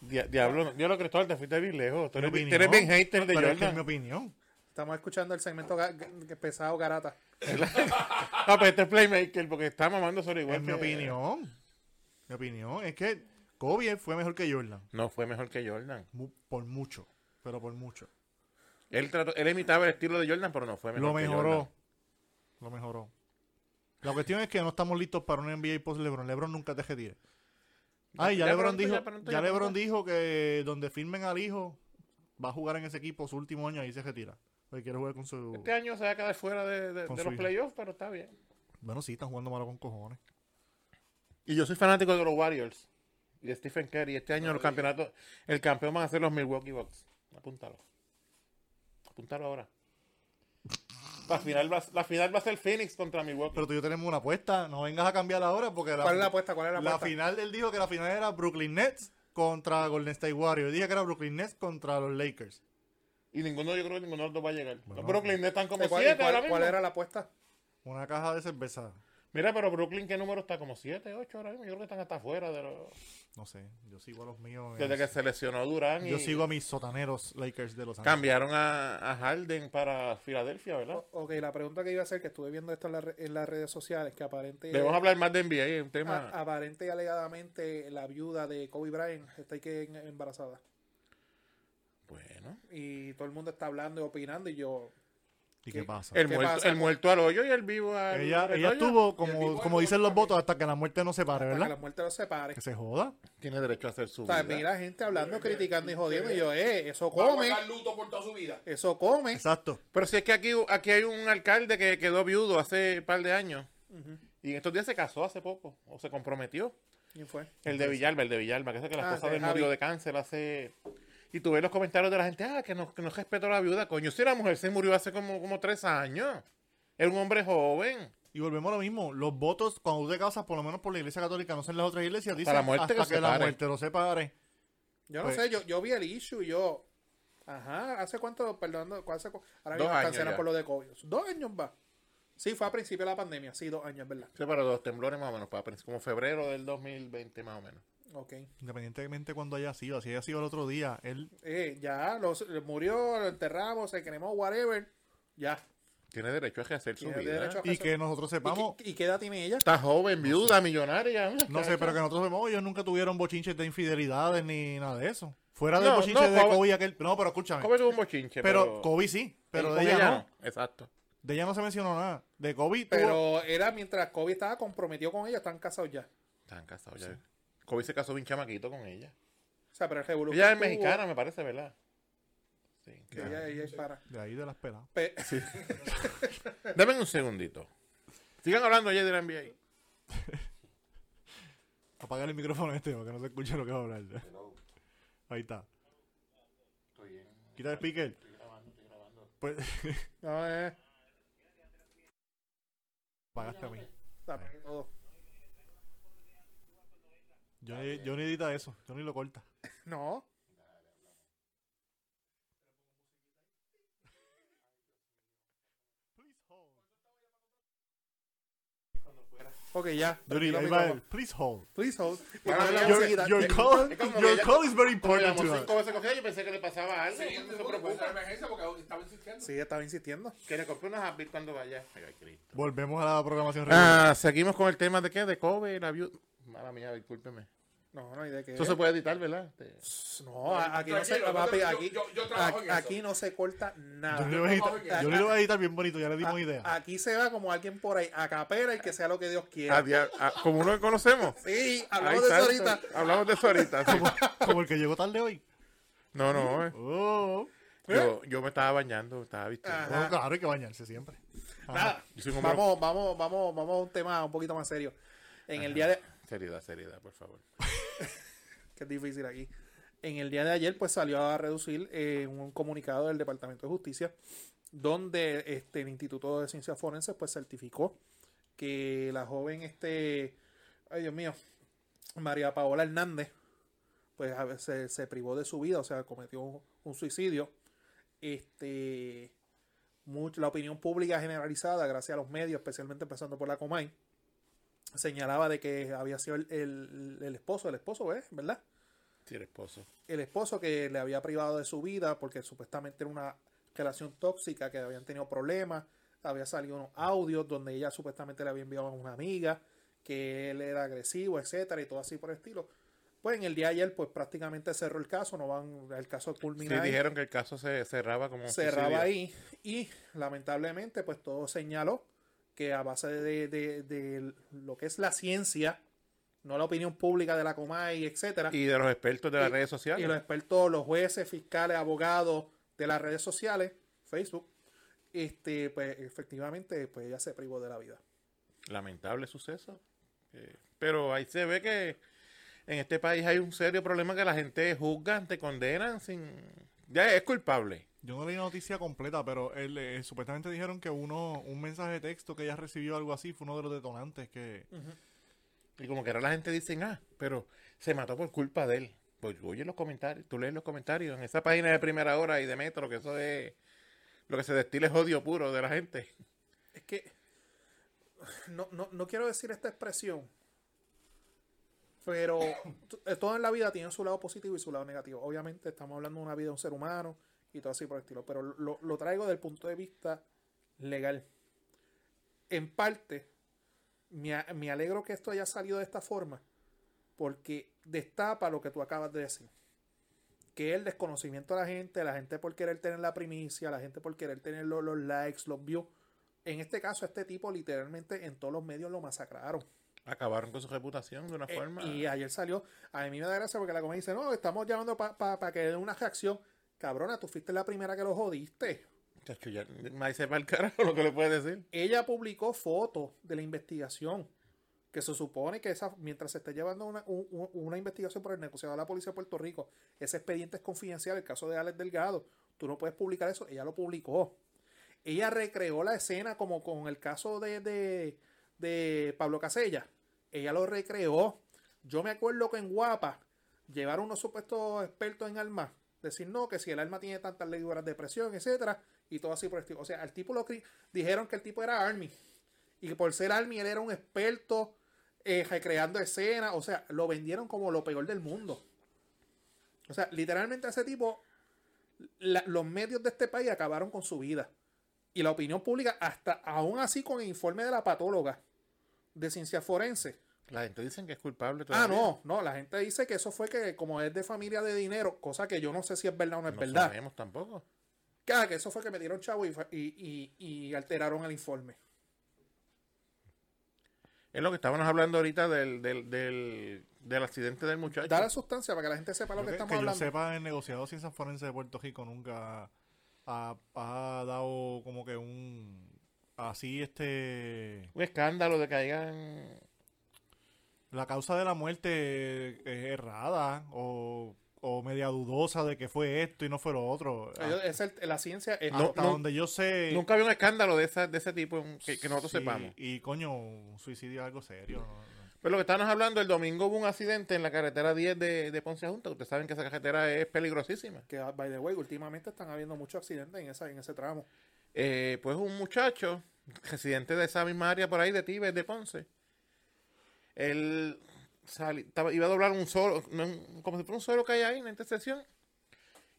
Speaker 6: Dia- Diablo, Diablo Cristóbal, te fuiste bien lejos. Tú
Speaker 5: Mi
Speaker 6: eres,
Speaker 5: opinión.
Speaker 6: tú eres bien hater de
Speaker 5: Pero es que es mi
Speaker 6: Jordan.
Speaker 5: opinión.
Speaker 4: Estamos escuchando el segmento ga- ga- pesado Garata.
Speaker 6: Ah, pero este es Playmaker porque está mamando sobre igual.
Speaker 5: Es mi
Speaker 6: que-
Speaker 5: opinión. Mi opinión es que Kobe fue mejor que Jordan.
Speaker 6: No fue mejor que Jordan.
Speaker 5: Mu- por mucho. Pero por mucho.
Speaker 6: Él, trató- él imitaba el estilo de Jordan, pero no fue mejor.
Speaker 5: Lo
Speaker 6: que
Speaker 5: mejoró.
Speaker 6: Jordan.
Speaker 5: Lo mejoró. La cuestión es que no estamos listos para un NBA post LeBron. LeBron nunca te retire. Ay, ya,
Speaker 6: Ya
Speaker 5: LeBron
Speaker 6: pronto,
Speaker 5: dijo,
Speaker 6: ya pronto,
Speaker 5: ya
Speaker 6: ya
Speaker 5: LeBron
Speaker 6: pronto.
Speaker 5: dijo que donde firmen al hijo va a jugar en ese equipo su último año y se retira. Porque quiere jugar con su
Speaker 6: Este año se va a quedar fuera de, de-
Speaker 5: Con
Speaker 6: de
Speaker 5: su
Speaker 6: los
Speaker 5: hijo.
Speaker 6: playoffs, pero está bien.
Speaker 5: Bueno, sí, están jugando malo con cojones.
Speaker 6: Y yo soy fanático de los Warriors y de Stephen Curry. Este año los campeonatos, el campeón van a ser los Milwaukee Bucks. Apúntalo. Apúntalo ahora. La final va, la final va a ser Phoenix contra Milwaukee.
Speaker 5: Pero tú y yo tenemos una apuesta. No vengas a cambiar ahora porque la,
Speaker 4: ¿Cuál es la apuesta? ¿Cuál es la
Speaker 5: la
Speaker 4: apuesta?
Speaker 5: final, él dijo que la final era Brooklyn Nets contra Golden State Warriors. Yo dije que era Brooklyn Nets contra los Lakers.
Speaker 6: Y ninguno, yo creo que ninguno de los dos va a llegar.
Speaker 5: Bueno.
Speaker 6: los Brooklyn Nets están como
Speaker 4: ¿Cuál,
Speaker 6: 7
Speaker 4: cuál-
Speaker 6: ahora mismo.
Speaker 4: cuál era la apuesta?
Speaker 5: Una caja de cerveza.
Speaker 6: Mira, pero Brooklyn, ¿qué número está? Como 7, 8 ahora mismo. Yo creo que están hasta afuera de los...
Speaker 5: No sé, yo sigo a los míos.
Speaker 4: Pues,
Speaker 5: en-
Speaker 6: Desde que se lesionó Durán y
Speaker 4: Eh,
Speaker 5: Yo sigo a mis sotaneros Lakers de Los Ángeles.
Speaker 6: cambiaron a, a Harden para Filadelfia, ¿verdad?
Speaker 4: Ok, la pregunta que iba a hacer, que estuve viendo esto en, la re- en las redes sociales, que aparente,
Speaker 6: Debemos hablar más de NBA, es un tema...
Speaker 4: a- aparente y alegadamente la viuda de Kobe Bryant está ahí que en- embarazada.
Speaker 6: Bueno.
Speaker 4: Y todo el mundo está hablando y opinando y yo...
Speaker 5: ¿Y qué pasa?
Speaker 6: El,
Speaker 4: ¿Qué
Speaker 6: muerto,
Speaker 4: pasa?
Speaker 6: el muerto al hoyo y el vivo al...
Speaker 5: ella
Speaker 6: al
Speaker 5: ella
Speaker 6: hoyo.
Speaker 5: estuvo,
Speaker 2: Y el
Speaker 5: como,
Speaker 2: tipo
Speaker 5: como
Speaker 2: de
Speaker 5: dicen los
Speaker 2: Boston
Speaker 5: votos, hasta que la muerte no se pare,
Speaker 4: Para que la
Speaker 5: ¿verdad?
Speaker 4: muerte no se pare.
Speaker 5: Que se joda.
Speaker 6: Tiene derecho a hacer su
Speaker 4: O sea,
Speaker 6: vida.
Speaker 4: vi la gente hablando, criticando y jodiendo. Y yo, eh, eso
Speaker 2: Va a
Speaker 4: come,
Speaker 2: guardar luto por toda su vida.
Speaker 4: eso come.
Speaker 5: Exacto.
Speaker 6: Pero si es que aquí, aquí hay un alcalde que quedó viudo hace un par de años. Y en estos días se casó hace poco, o se comprometió.
Speaker 4: ¿Quién fue?
Speaker 6: El de Villalba, el de Villalba, que es que la
Speaker 4: Ah,
Speaker 6: esposa
Speaker 4: sí,
Speaker 6: del
Speaker 4: Javi.
Speaker 6: murió de cáncer hace. Y tú ves los comentarios de la gente, ah, que no, que no respetó a la viuda. Coño, si la mujer se murió hace como, como tres años. Era un hombre joven.
Speaker 5: Y volvemos a lo mismo. Los votos, cuando tú te casas, por lo menos por la iglesia católica, no sé en las otras iglesias, dicen
Speaker 6: la muerte
Speaker 5: hasta
Speaker 6: que
Speaker 5: que,
Speaker 6: se
Speaker 5: la
Speaker 6: pare.
Speaker 5: muerte lo separe.
Speaker 4: Yo no
Speaker 5: Pues-
Speaker 4: sé, yo, yo vi el issue y yo. Ajá, ¿hace cuánto? Perdón, ¿cu- hace cu- ahora
Speaker 6: Dos
Speaker 4: mismo
Speaker 6: años
Speaker 4: cancelan
Speaker 6: ya.
Speaker 4: por lo de COVID. Dos años va. Sí, fue a principio de la pandemia, sí, dos años, ¿verdad?
Speaker 6: Se para los temblores más o menos, para como febrero del 2020 más o menos.
Speaker 4: Ok.
Speaker 5: Independientemente cuando haya sido, si haya sido el otro día, él
Speaker 4: Eh, ya, los, murió, lo enterramos, se cremó, whatever. Ya.
Speaker 6: Tiene derecho a ejercer su
Speaker 4: Tiene
Speaker 6: vida.
Speaker 4: derecho a
Speaker 5: Y
Speaker 4: casar.
Speaker 5: que nosotros sepamos.
Speaker 4: ¿Y, qué, y qué edad tiene ella?
Speaker 6: Está joven, viuda, millonaria.
Speaker 5: No sé, pero que nosotros vemos, ellos nunca tuvieron bochinches de infidelidades ni nada de eso. Fuera del
Speaker 6: No,
Speaker 5: bochinche
Speaker 6: no,
Speaker 5: de
Speaker 6: Kobe-
Speaker 5: Kobe, aquel. No, pero escúchame.
Speaker 6: Kobe tuvo un bochinche,
Speaker 5: pero,
Speaker 6: pero...
Speaker 5: Kobe sí, pero
Speaker 6: con
Speaker 5: de ella, no.
Speaker 6: Exacto.
Speaker 5: De ella no se mencionó nada. De Kobe tuvo-
Speaker 4: Pero era mientras Kobe estaba comprometido con ella, están casados ya.
Speaker 6: Están casados ya. Kobe se casó bien chamaquito con ella.
Speaker 4: O sea, pero el revolución.
Speaker 6: Ella es
Speaker 4: tuvo-
Speaker 6: mexicana, me parece, ¿verdad? Sí. que-
Speaker 4: Ella, ella es para.
Speaker 5: De ahí de las peladas.
Speaker 4: Pe-
Speaker 6: Dame un segundito. Sigan hablando ayer de la NBA.
Speaker 5: Apagar el micrófono este, para que no se escuche lo que va a hablar. Ahí está. Quita el speaker. Pues,
Speaker 4: No, eh,
Speaker 5: apagaste a mí.
Speaker 4: dame todo.
Speaker 5: Yo ni, yo ni edita eso. Yo ni lo corta.
Speaker 4: No. Ok, ya.
Speaker 5: Yo ni,
Speaker 4: tranquilo,
Speaker 5: ahí
Speaker 4: mi
Speaker 5: va
Speaker 4: compa.
Speaker 5: él. Please hold.
Speaker 4: Please hold.
Speaker 6: Bueno,
Speaker 4: Dame la
Speaker 6: yo-
Speaker 5: Your,
Speaker 4: musiquita.
Speaker 5: your call,
Speaker 6: es como que
Speaker 5: your
Speaker 6: ella-
Speaker 5: call is very
Speaker 6: Como
Speaker 5: important
Speaker 6: llamó
Speaker 5: to us.
Speaker 6: cinco veces cogida, yo pensé que le pasaba algo.
Speaker 2: Sí,
Speaker 6: ¿Cómo se
Speaker 2: tuvo tuvo
Speaker 6: preocupa?
Speaker 2: una emergencia porque estaba insistiendo.
Speaker 4: Sí, estaba insistiendo.
Speaker 6: Que le compré unas Apple cuando vaya. Ay, Cristo.
Speaker 5: Volvemos a la programación regular.
Speaker 6: Ah, seguimos con el tema de qué? De Kobe, la viuda. Mala mía, discúlpeme.
Speaker 4: No, no hay de qué.
Speaker 6: Eso se puede editar, ¿verdad? Este, Te-
Speaker 4: No, a- aquí no se.
Speaker 2: Tranquilo,
Speaker 4: papi,
Speaker 2: yo-
Speaker 4: aquí,
Speaker 2: yo- yo trabajo en
Speaker 4: a- aquí no se corta
Speaker 5: Yo
Speaker 6: ah,
Speaker 4: nada.
Speaker 5: ni lo voy a editar, yo ni lo voy a editar bien bonito, ya le dimos
Speaker 4: A-
Speaker 5: idea.
Speaker 4: Aquí se va como alguien por ahí, a capela y que sea lo que Dios
Speaker 6: A
Speaker 4: quiera.
Speaker 6: dia- a- Ah, como uno que conocemos.
Speaker 4: Sí,
Speaker 6: Ahí
Speaker 4: hablamos de eso
Speaker 6: está,
Speaker 4: ahorita.
Speaker 6: Hablamos de eso ahorita. sí.
Speaker 5: Como el que llegó tarde hoy.
Speaker 6: No, no. eh.
Speaker 5: Oh,
Speaker 4: ¿Eh?
Speaker 6: Yo, yo me estaba bañando, me estaba
Speaker 4: Ah.
Speaker 6: vistiendo.
Speaker 5: Bueno, claro, hay que bañarse siempre.
Speaker 4: Nada.
Speaker 6: Ah, Yo soy un hombre-
Speaker 4: Vamos, vamos, vamos, vamos a un tema un poquito más serio. En el día de.
Speaker 6: Seriedad, seriedad, por favor.
Speaker 4: que es difícil aquí. En el día de ayer, pues salió a reducir eh, un comunicado del Departamento de Justicia, donde este, el Instituto de Ciencias Forenses, pues certificó que la joven, este, ay Dios mío, María Paola Hernández, pues a ver, se, se privó de su vida, o sea, cometió un, un suicidio. Este, much- la opinión pública generalizada, gracias a los medios, especialmente empezando por la Comay, señalaba de que había sido el, el- el esposo, el esposo, ¿eh? ¿verdad?
Speaker 6: Sí, el esposo.
Speaker 4: el esposo que le había privado de su vida porque supuestamente era una relación tóxica, que habían tenido problemas, había salido unos audios donde ella supuestamente le había enviado a una amiga, que él era agresivo, etcétera, y todo así por el estilo. Pues en el día de ayer, pues prácticamente cerró el caso, no van, el caso
Speaker 6: Sí,
Speaker 4: culminó. ahí
Speaker 6: dijeron que el caso se cerraba como. un
Speaker 4: cerraba
Speaker 6: suicidio.
Speaker 4: ahí y lamentablemente pues todo señaló que a base de, de- de lo que es la ciencia, no la opinión pública de la Comay, etcétera,
Speaker 6: Y de los expertos de las
Speaker 4: Y-
Speaker 6: redes
Speaker 4: y
Speaker 6: sociales.
Speaker 4: los expertos, los jueces, fiscales, abogados de las redes sociales, Facebook, este, pues efectivamente, pues ella se privó de la vida.
Speaker 6: Lamentable suceso. Eh, pero ahí se ve que en este país hay un serio problema que la gente juzga, te condenan sin. Ya es culpable.
Speaker 5: Yo no leí la noticia completa, pero él, eh, supuestamente dijeron que uno, un mensaje de texto que ella recibió, algo así, fue uno de los detonantes que...
Speaker 6: Y como que ahora la gente dice, ah, pero se mató por culpa de él. Pues oye los comentarios, tú lees los comentarios en esa página de primera hora y de metro, que eso es. Lo que se destila es odio puro de la gente.
Speaker 4: Es que no, no, no quiero decir esta expresión, pero t- eh, todo en la vida tiene su lado positivo y su lado negativo. Obviamente estamos hablando de una vida de un ser humano y todo así por el estilo, pero lo, lo traigo del punto de vista legal. En parte, me, a- me alegro que esto haya salido de esta forma, porque destapa lo que tú acabas de decir. Que el desconocimiento de la gente, la gente por querer tener la primicia, la gente por querer tener los, los likes, los views. En este caso, este tipo literalmente en todos los medios lo masacraron.
Speaker 6: Acabaron con su reputación de una
Speaker 4: Eh,
Speaker 6: forma.
Speaker 4: y ayer salió, a mí me da gracia porque la comedia dice, no, estamos llamando para que den una reacción. Cabrona, tú fuiste la primera que lo jodiste.
Speaker 6: Chacho, ya nadie sepa el carajo lo que le puede decir.
Speaker 4: Ella publicó fotos de la investigación, que se supone que esa, mientras se esté llevando una, un- un- una investigación por el negociado de la policía de Puerto Rico, ese expediente es confidencial, el caso de Alex Delgado, tú no puedes publicar eso, ella lo publicó. Ella recreó la escena como con el caso de, de, de Pablo Casella, ella lo recreó. Yo me acuerdo que en Guapa llevaron unos supuestos expertos en armas, decir no, que si el arma tiene tantas libras de presión, etcétera, y todo así por el estilo. O sea, al tipo lo cri- dijeron que el tipo era Army y que por ser Army él era un experto eh, recreando escenas, o sea, lo vendieron como lo peor del mundo. O sea, literalmente a ese tipo, la- los medios de este país acabaron con su vida. Y la opinión pública, hasta aún así con el informe de la patóloga de ciencia forense.
Speaker 6: La gente dicen que es culpable
Speaker 4: Ah,
Speaker 6: todavía.
Speaker 4: no, no, la gente dice que eso fue que como es de familia de dinero, cosa que yo no sé si es verdad o no es
Speaker 6: No
Speaker 4: verdad.
Speaker 6: sabemos tampoco.
Speaker 4: Que, ah, que eso fue que me dieron chavo y, fue- y- y- y alteraron el informe.
Speaker 6: Es lo que estábamos hablando ahorita del, del, del, del accidente del muchacho.
Speaker 4: Da la sustancia para que la gente sepa lo
Speaker 5: Yo
Speaker 4: que,
Speaker 5: que,
Speaker 4: estamos
Speaker 5: que yo
Speaker 4: hablando.
Speaker 5: sepa, el negociado de ciencias forenses de Puerto Rico nunca ha, ha dado como que un... Así este...
Speaker 6: Un escándalo de que hayan...
Speaker 5: La causa de la muerte es errada o, o media dudosa de que fue esto y no fue lo otro. Ah,
Speaker 4: Ellos- es el- la ciencia eh, ah, es-
Speaker 6: Ah, eh, No,
Speaker 5: Hasta
Speaker 6: no,
Speaker 5: donde yo sé...
Speaker 6: Nunca había un escándalo de, esa, de ese tipo en- que, que nosotros
Speaker 5: sí,
Speaker 6: sepamos.
Speaker 5: Y coño, un suicidio es algo serio. ¿no?
Speaker 6: Pero lo que estábamos hablando, el domingo hubo un accidente en la carretera 10 de, de Ponce a Junta. Ustedes saben que esa carretera es peligrosísima.
Speaker 4: que ah, by the way, últimamente están habiendo muchos accidentes en esa en ese tramo.
Speaker 6: Eh, pues un muchacho, residente de esa misma área por ahí, de Tibes, de Ponce, él sali- estaba- iba a doblar un solo, no, un- como si fuera un solo que hay ahí en la intersección,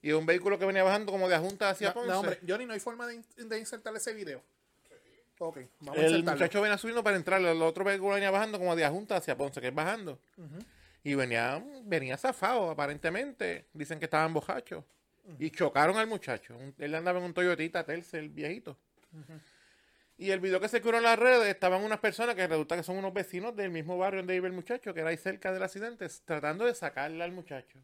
Speaker 6: y un vehículo que venía bajando como de Ajunta hacia
Speaker 4: No,
Speaker 6: Ponce.
Speaker 4: no, hombre, Johnny, no hay forma de, in- de insertar ese video. Ok, vamos a
Speaker 6: el
Speaker 4: insertarlo.
Speaker 6: muchacho venía subiendo para entrar, el otro vehículo venía bajando como de Ajunta hacia Ponce, que es bajando. Y venía, venía zafado, aparentemente. Dicen que estaban bojachos. Y chocaron al muchacho. Un- Él andaba en un Toyotita Terce, el viejito. Y el video que se curó en las redes estaban unas personas que resulta que son unos vecinos del mismo barrio donde vive el muchacho, que era ahí cerca del accidente, s- tratando de sacarle al muchacho.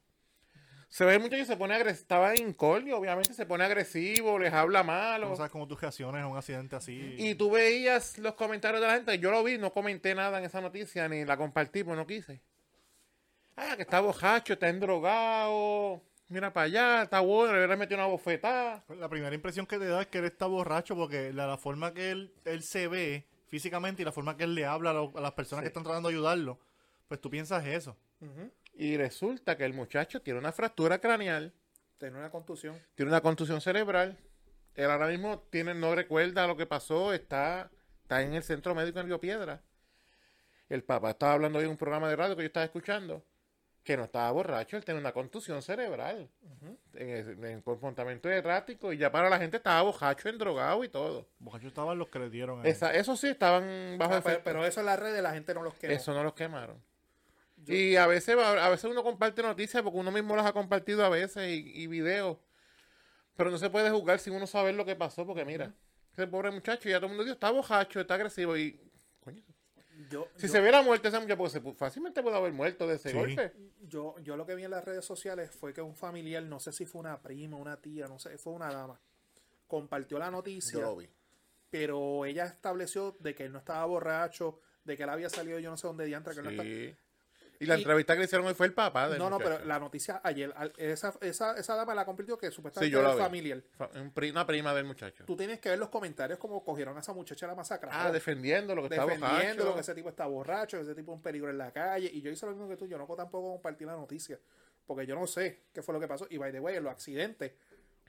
Speaker 6: Se ve el muchacho y se pone agresivo, estaba en colio, obviamente, se pone agresivo, les habla
Speaker 5: Tú
Speaker 6: malo.
Speaker 5: No sabes cómo tus reacciones a un accidente así.
Speaker 6: Y tú veías los comentarios de la gente. Yo lo vi, no comenté nada en esa noticia, ni la compartí, pues no quise. Ah, que está bojacho, está endrogado. Mira para allá, está bueno, le hubiera metido una bofetada.
Speaker 5: La primera impresión que te da es que él está borracho porque la, la forma que él, él se ve físicamente y la forma que él le habla a, lo- a las personas que están tratando de ayudarlo, pues tú piensas eso.
Speaker 4: Ujú.
Speaker 6: Y resulta que el muchacho tiene una fractura craneal,
Speaker 4: Tenía una contusión.
Speaker 6: tiene una contusión cerebral. Él ahora mismo tiene, no recuerda lo que pasó, está, está en el centro médico en Río Piedra. El papá estaba hablando hoy en un programa de radio que yo estaba escuchando, que no estaba borracho, él tenía una contusión cerebral. en, el- en comportamiento errático y ya para la gente estaba bojacho, endrogado y todo.
Speaker 5: Borracho estaban los que le dieron. a él.
Speaker 6: Esa, eso sí, estaban bajo
Speaker 4: Ah, pero,
Speaker 6: efecto.
Speaker 4: pero eso en las redes la gente no los quema.
Speaker 6: eso no los quemaron. Y a veces, va- a veces uno comparte noticias porque uno mismo las ha compartido a veces y, y videos. Pero no se puede juzgar sin uno saber lo que pasó porque mira, ese pobre muchacho ya todo el mundo dijo, está bojacho, está agresivo y... coño,
Speaker 4: Yo,
Speaker 6: si
Speaker 4: yo-
Speaker 6: se ve la muerte de ese muchacho, pues se pu- fácilmente puede haber muerto de ese
Speaker 5: Sí.
Speaker 6: golpe.
Speaker 4: yo, yo lo que vi en las redes sociales fue que un familiar, no sé si fue una prima, una tía, no sé, fue una dama, compartió la noticia,
Speaker 6: vi.
Speaker 4: pero ella estableció de que él no estaba borracho, de que él había salido yo no sé dónde diantra, que él no estaba...
Speaker 6: Sí. Y la
Speaker 4: Y-
Speaker 6: entrevista que le hicieron hoy fue el papá del
Speaker 4: No, no,
Speaker 6: muchacho.
Speaker 4: pero la noticia ayer, al- esa, esa, esa dama la compartió que
Speaker 6: Sí,
Speaker 4: supuestamente
Speaker 6: yo la
Speaker 4: era
Speaker 6: vi.
Speaker 4: familiar.
Speaker 6: Fa- un pri- Una prima del muchacho.
Speaker 4: Tú tienes que ver los comentarios como cogieron a esa muchacha la masacra.
Speaker 6: Ah, defendiendo lo que está
Speaker 4: defendiendo
Speaker 6: bojacho.
Speaker 4: que ese tipo está borracho, que ese tipo es un peligro en la calle. Y yo hice lo mismo que tú, yo no co- tampoco compartí la noticia, porque yo no sé qué fue lo que pasó. Y by the way, en los accidentes,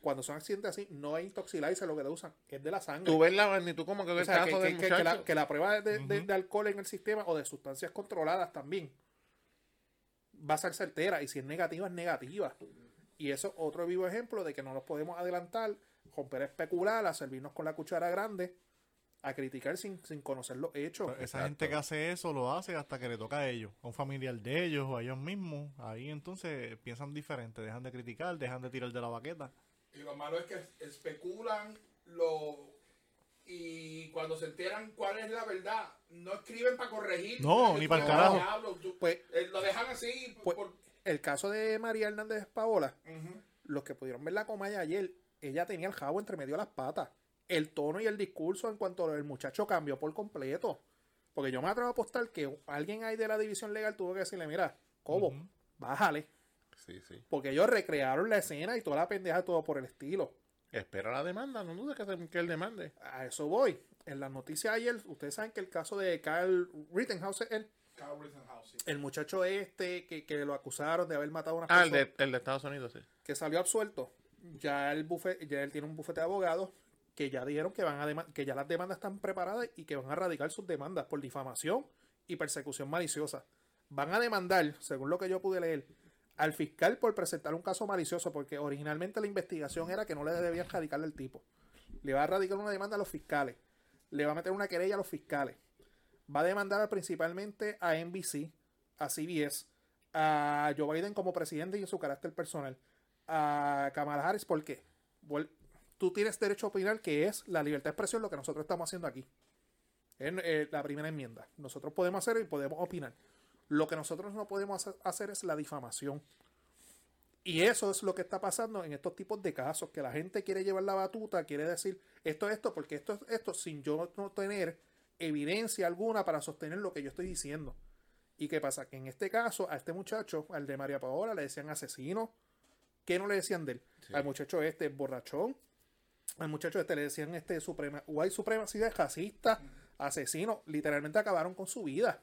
Speaker 4: cuando son accidentes así, no es intoxicarse lo que te usan, es de la sangre.
Speaker 6: Tú ves la magnitud como que
Speaker 4: o
Speaker 6: el
Speaker 4: sea,
Speaker 6: caso
Speaker 4: que,
Speaker 6: del
Speaker 4: que- que- que la,
Speaker 6: muchacho.
Speaker 4: que la prueba de, de- de alcohol en el sistema o de sustancias controladas también va a ser certera. Y si es negativa, es negativa. Y eso es otro vivo ejemplo de que no nos podemos adelantar, romper a especular, a servirnos con la cuchara grande, a criticar sin, sin conocer los hechos.
Speaker 5: Pues Esa gente que hace eso lo hace hasta que le toca a ellos, a un familiar de ellos o a ellos mismos. Ahí entonces piensan diferente, dejan de criticar, dejan de tirar de la baqueta.
Speaker 2: Y lo malo es que especulan lo y cuando se enteran cuál es la verdad, no escriben para corregir.
Speaker 5: No, ni pa'l
Speaker 2: No,
Speaker 5: carajo.
Speaker 2: diablo, tú-
Speaker 4: Pues-
Speaker 2: eh, lo dejan así.
Speaker 4: Pues-
Speaker 2: por-
Speaker 4: El caso de María Hernández Paola,
Speaker 2: Ujú.
Speaker 4: los que pudieron ver la comaya ayer, ella tenía el jabo entre medio de las patas. El tono y el discurso en cuanto al muchacho cambió por completo. Porque yo me atrevo a apostar que alguien ahí de la división legal tuvo que decirle, mira, Cobo, bájale.
Speaker 6: Sí, sí.
Speaker 4: Porque ellos recrearon la escena y toda la pendeja, todo por el estilo.
Speaker 6: Espera la demanda, no dudes que, se- que él demande.
Speaker 4: A eso voy. En las noticias ayer, ustedes saben que el caso de Carl Rittenhouse, es el,
Speaker 2: Kyle Rittenhouse, sí.
Speaker 4: el muchacho este que, que lo acusaron de haber matado a una
Speaker 6: Ah, el de, el de Estados Unidos, sí.
Speaker 4: que salió absuelto, ya el bufete, ya él tiene un bufete de abogados que ya dijeron que van a dema- que ya las demandas están preparadas y que van a radicar sus demandas por difamación y persecución maliciosa. Van a demandar, según lo que yo pude leer, al fiscal por presentar un caso malicioso porque originalmente la investigación era que no le debían radicarle al tipo. Le va a radicar una demanda a los fiscales. Le va a meter una querella a los fiscales. Va a demandar principalmente a NBC, a CBS, a Joe Biden como presidente y en su carácter personal, a Kamala Harris, porque vuel- tú tienes derecho a opinar que es la libertad de expresión lo que nosotros estamos haciendo aquí. Es eh, la primera enmienda. Nosotros podemos hacer y podemos opinar. Lo que nosotros no podemos hacer- hacer es la difamación. Y eso es lo que está pasando en estos tipos de casos, que la gente quiere llevar la batuta, quiere decir esto es esto, porque esto es esto, sin yo no tener evidencia alguna para sostener lo que yo estoy diciendo. ¿Y qué pasa? Que en este caso, a este muchacho, al de María Paola, le decían asesino. ¿Qué no le decían de él? Al muchacho este, borrachón. Al muchacho este le decían este suprema, white supremacista, racista, asesino. Literalmente acabaron con su vida.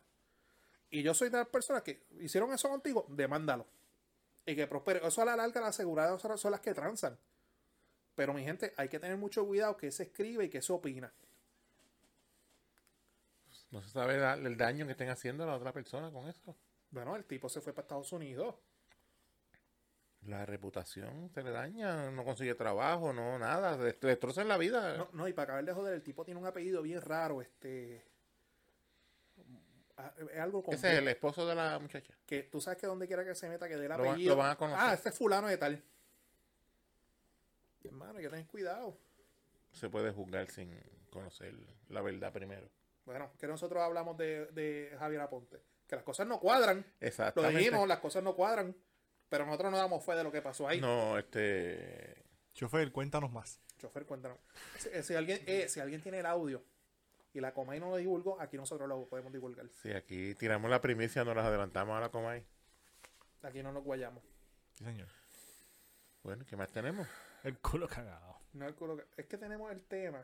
Speaker 4: Y yo soy de las personas que hicieron eso contigo, demándalo y que prospere. Eso a la larga las aseguradoras son- son las que transan. Pero mi gente, hay que tener mucho cuidado que se escribe y que se opina.
Speaker 6: No se sabe la- el daño que estén haciendo a la otra persona con eso.
Speaker 4: Bueno, el tipo se fue para Estados Unidos.
Speaker 6: La reputación se le daña, no consigue trabajo, no nada, le dest- le destrozan la vida.
Speaker 4: No, no, y para acabar de joder, el tipo tiene un apellido bien raro, este. a- Es algo con
Speaker 6: Ese es el esposo de la muchacha.
Speaker 4: que tú sabes que donde quiera que se meta que dé el
Speaker 6: Lo van-
Speaker 4: apellido.
Speaker 6: lo van a conocer.
Speaker 4: Ah, este es fulano de tal. Hermano, hay que tener cuidado.
Speaker 6: Se puede juzgar sin conocer la verdad primero.
Speaker 4: Bueno, que nosotros hablamos de, de Javier Aponte. Que las cosas no cuadran. Lo
Speaker 6: Exactamente.
Speaker 4: dijimos, las cosas no cuadran. Pero nosotros no damos fe de lo que pasó ahí.
Speaker 6: No, este.
Speaker 5: Chofer, cuéntanos más.
Speaker 4: Chofer, cuéntanos. Si, eh, si alguien, eh, si alguien tiene el audio y la Comay no lo divulgó, aquí nosotros lo podemos divulgar.
Speaker 6: Sí, aquí tiramos la primicia, nos las adelantamos a la Comay.
Speaker 4: Aquí no nos guayamos.
Speaker 5: Sí, señor.
Speaker 6: Bueno, ¿qué más tenemos?
Speaker 5: El culo cagado.
Speaker 4: No es culo que- es que tenemos el tema,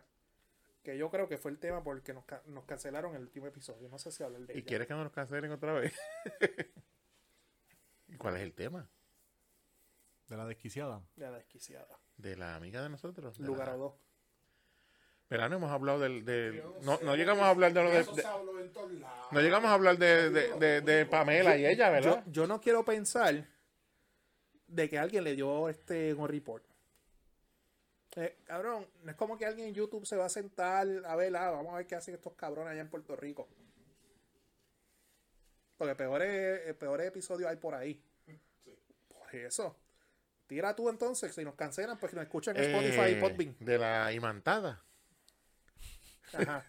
Speaker 4: que yo creo que fue el tema porque nos, ca- nos cancelaron el último episodio. No sé si hablar de
Speaker 6: ¿Y
Speaker 4: ella.
Speaker 6: quieres que nos cancelen otra vez? ¿Y ¿Cuál es el tema?
Speaker 5: De la desquiciada.
Speaker 4: De la desquiciada.
Speaker 6: De la amiga de nosotros. de
Speaker 4: Lugar
Speaker 6: la-
Speaker 4: o dos.
Speaker 6: Pero no hemos hablado del. del-
Speaker 2: Yo
Speaker 6: No,
Speaker 2: sé,
Speaker 6: no llegamos a hablar de lo de.
Speaker 2: Eso
Speaker 6: de-
Speaker 2: se habló en todos lados.
Speaker 6: No llegamos a hablar de, de- de- de Pamela y ella,
Speaker 4: Yo,
Speaker 6: ¿verdad?
Speaker 4: yo no quiero pensar de que alguien le dio este un report. Eh, cabrón, no es como que alguien en YouTube se va a sentar a ver, ah, vamos a ver qué hacen estos cabrones allá en Puerto Rico. Porque peores, eh, peores episodios hay por ahí. Por eso. Tira tú entonces, si nos cancelan, pues que nos escuchen en Spotify y
Speaker 6: Eh,
Speaker 4: Podbean.
Speaker 6: de la imantada.
Speaker 4: Ajá.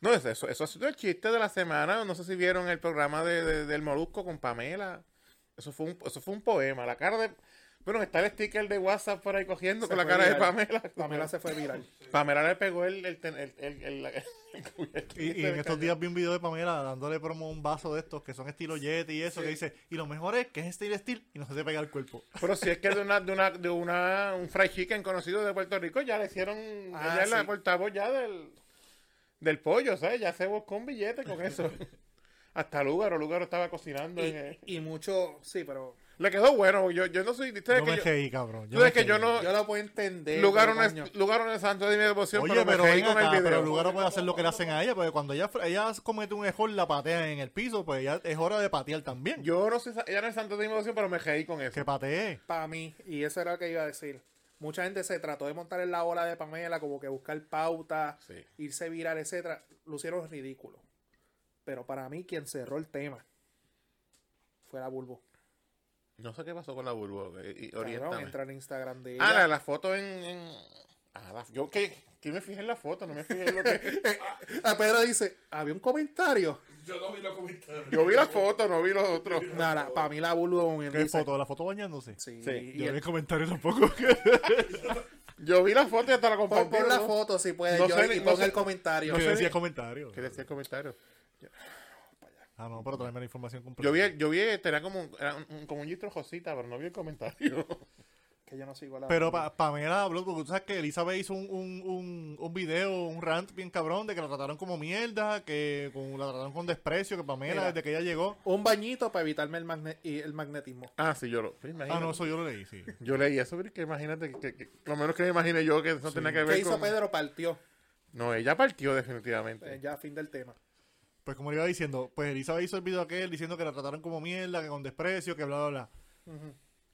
Speaker 6: No, eso, eso, eso ha sido el chiste de la semana. No sé si vieron el programa de, de- del Molusco con Pamela. Eso fue un, eso fue un poema. La cara de. Bueno, está el sticker de WhatsApp por ahí cogiendo
Speaker 4: Se
Speaker 6: con la
Speaker 4: fue
Speaker 6: cara de
Speaker 4: viral.
Speaker 6: Pamela.
Speaker 4: Pamela se fue viral.
Speaker 6: Pamela le pegó el. el, ten- el, el- el- el-
Speaker 5: Y,
Speaker 6: Este
Speaker 5: y en estos días vi un video de Pamela dándole promo a un vaso de estos que son estilo Yeti y eso, que dice, y lo mejor es que es estilo Steel y no se te pega el cuerpo.
Speaker 6: Pero si es que de una, de una, de una, un fried chicken conocido de Puerto Rico, ya le hicieron,
Speaker 4: Ah,
Speaker 6: ella es la
Speaker 4: sí.
Speaker 6: portavoz ya del, del pollo, ¿sabes? Ya se buscó un billete con eso. Hasta Lúgaro, Lúgaro estaba cocinando. en el-
Speaker 4: Y, y mucho, sí, pero
Speaker 6: Le quedó bueno, yo, yo no soy, ustedes
Speaker 5: No
Speaker 6: que
Speaker 5: me
Speaker 6: yo,
Speaker 5: creí, cabrón.
Speaker 6: tú ves
Speaker 5: me
Speaker 6: que yo
Speaker 5: creí.
Speaker 6: no,
Speaker 4: yo lo puedo entender.
Speaker 6: Lugaro
Speaker 4: pero
Speaker 6: no es,
Speaker 4: coño.
Speaker 6: Lugaro no es santo de mi devoción,
Speaker 5: Oye,
Speaker 6: pero me
Speaker 5: pero
Speaker 6: creí
Speaker 5: ven
Speaker 6: con
Speaker 5: acá,
Speaker 6: el
Speaker 5: pero
Speaker 6: video.
Speaker 5: Lugaro puede hacer lo que le hacen a ella, porque cuando ella, ella comete un error, la patea en el piso, pues ya es hora de patear también.
Speaker 6: Yo no soy, sa- ella no es santo de mi devoción, pero me creí con eso.
Speaker 5: Que patee.
Speaker 4: para mí, y eso era lo que iba a decir. Mucha gente se trató de montar en la ola de Pamela, como que buscar pauta,
Speaker 6: Sí.
Speaker 4: irse viral, etcétera. Lucieron ridículo. Pero para mí, quien cerró el tema fue la Bulbo.
Speaker 6: No sé qué pasó con la burbuja, y, y
Speaker 4: Cabrón,
Speaker 6: oriéntame.
Speaker 4: entra en Instagram de
Speaker 6: Ah,
Speaker 4: ella.
Speaker 6: la, la foto en... en- Ah, la- yo que, que me fijé en la foto, no me fijé en lo que...
Speaker 4: Ah, Pedro dice, había un comentario.
Speaker 2: Yo no vi los comentarios.
Speaker 6: Yo vi la foto, no vi los otros.
Speaker 4: Nada, para mí la Bulbo un
Speaker 5: ¿Qué foto? ¿La foto bañándose?
Speaker 4: Sí,
Speaker 6: Sí,
Speaker 4: y
Speaker 5: Yo no
Speaker 4: el-
Speaker 5: vi el comentario tampoco.
Speaker 6: Yo vi la foto y hasta la
Speaker 4: pon,
Speaker 6: compartí.
Speaker 4: pon la
Speaker 6: ¿no?
Speaker 4: foto si puedes,
Speaker 6: No
Speaker 4: yo,
Speaker 6: sé
Speaker 4: y
Speaker 6: ni- no
Speaker 4: pon
Speaker 6: sé-
Speaker 4: el comentario.
Speaker 5: No
Speaker 6: sé
Speaker 5: decía
Speaker 6: ni-
Speaker 5: comentario.
Speaker 6: ¿Qué decía el comentario?
Speaker 5: Ah, no, pero tráeme la información completa.
Speaker 6: Yo vi, yo vi, tenía como un, era un- un- como un gistro rosita, pero no vi el comentario.
Speaker 4: Que yo no sigo a la
Speaker 5: Pero
Speaker 4: Bulbo.
Speaker 5: Pa- Pamela habló, porque tú sabes que Elizabeth hizo un, un, un, un video, un rant bien cabrón, de que la trataron como mierda, que con- la trataron con desprecio, que Pamela,
Speaker 4: Mira.
Speaker 5: desde que ella llegó.
Speaker 4: Un bañito para evitarme el, magne- y el magnetismo.
Speaker 6: Ah, sí, yo lo. sí, imagínate.
Speaker 5: Ah, no, eso yo lo leí, sí.
Speaker 6: Yo leí eso, pero que imagínate, que, que- lo menos que me imaginé yo que eso tenía que
Speaker 4: ¿Qué
Speaker 6: ver
Speaker 4: hizo
Speaker 6: con.
Speaker 4: Pedro? Partió.
Speaker 6: No, ella partió definitivamente.
Speaker 4: Eh, ya, fin del tema.
Speaker 5: Pues como le iba diciendo, pues Elizabeth hizo el video aquel diciendo que la trataron como mierda, que con desprecio, que bla, bla, bla.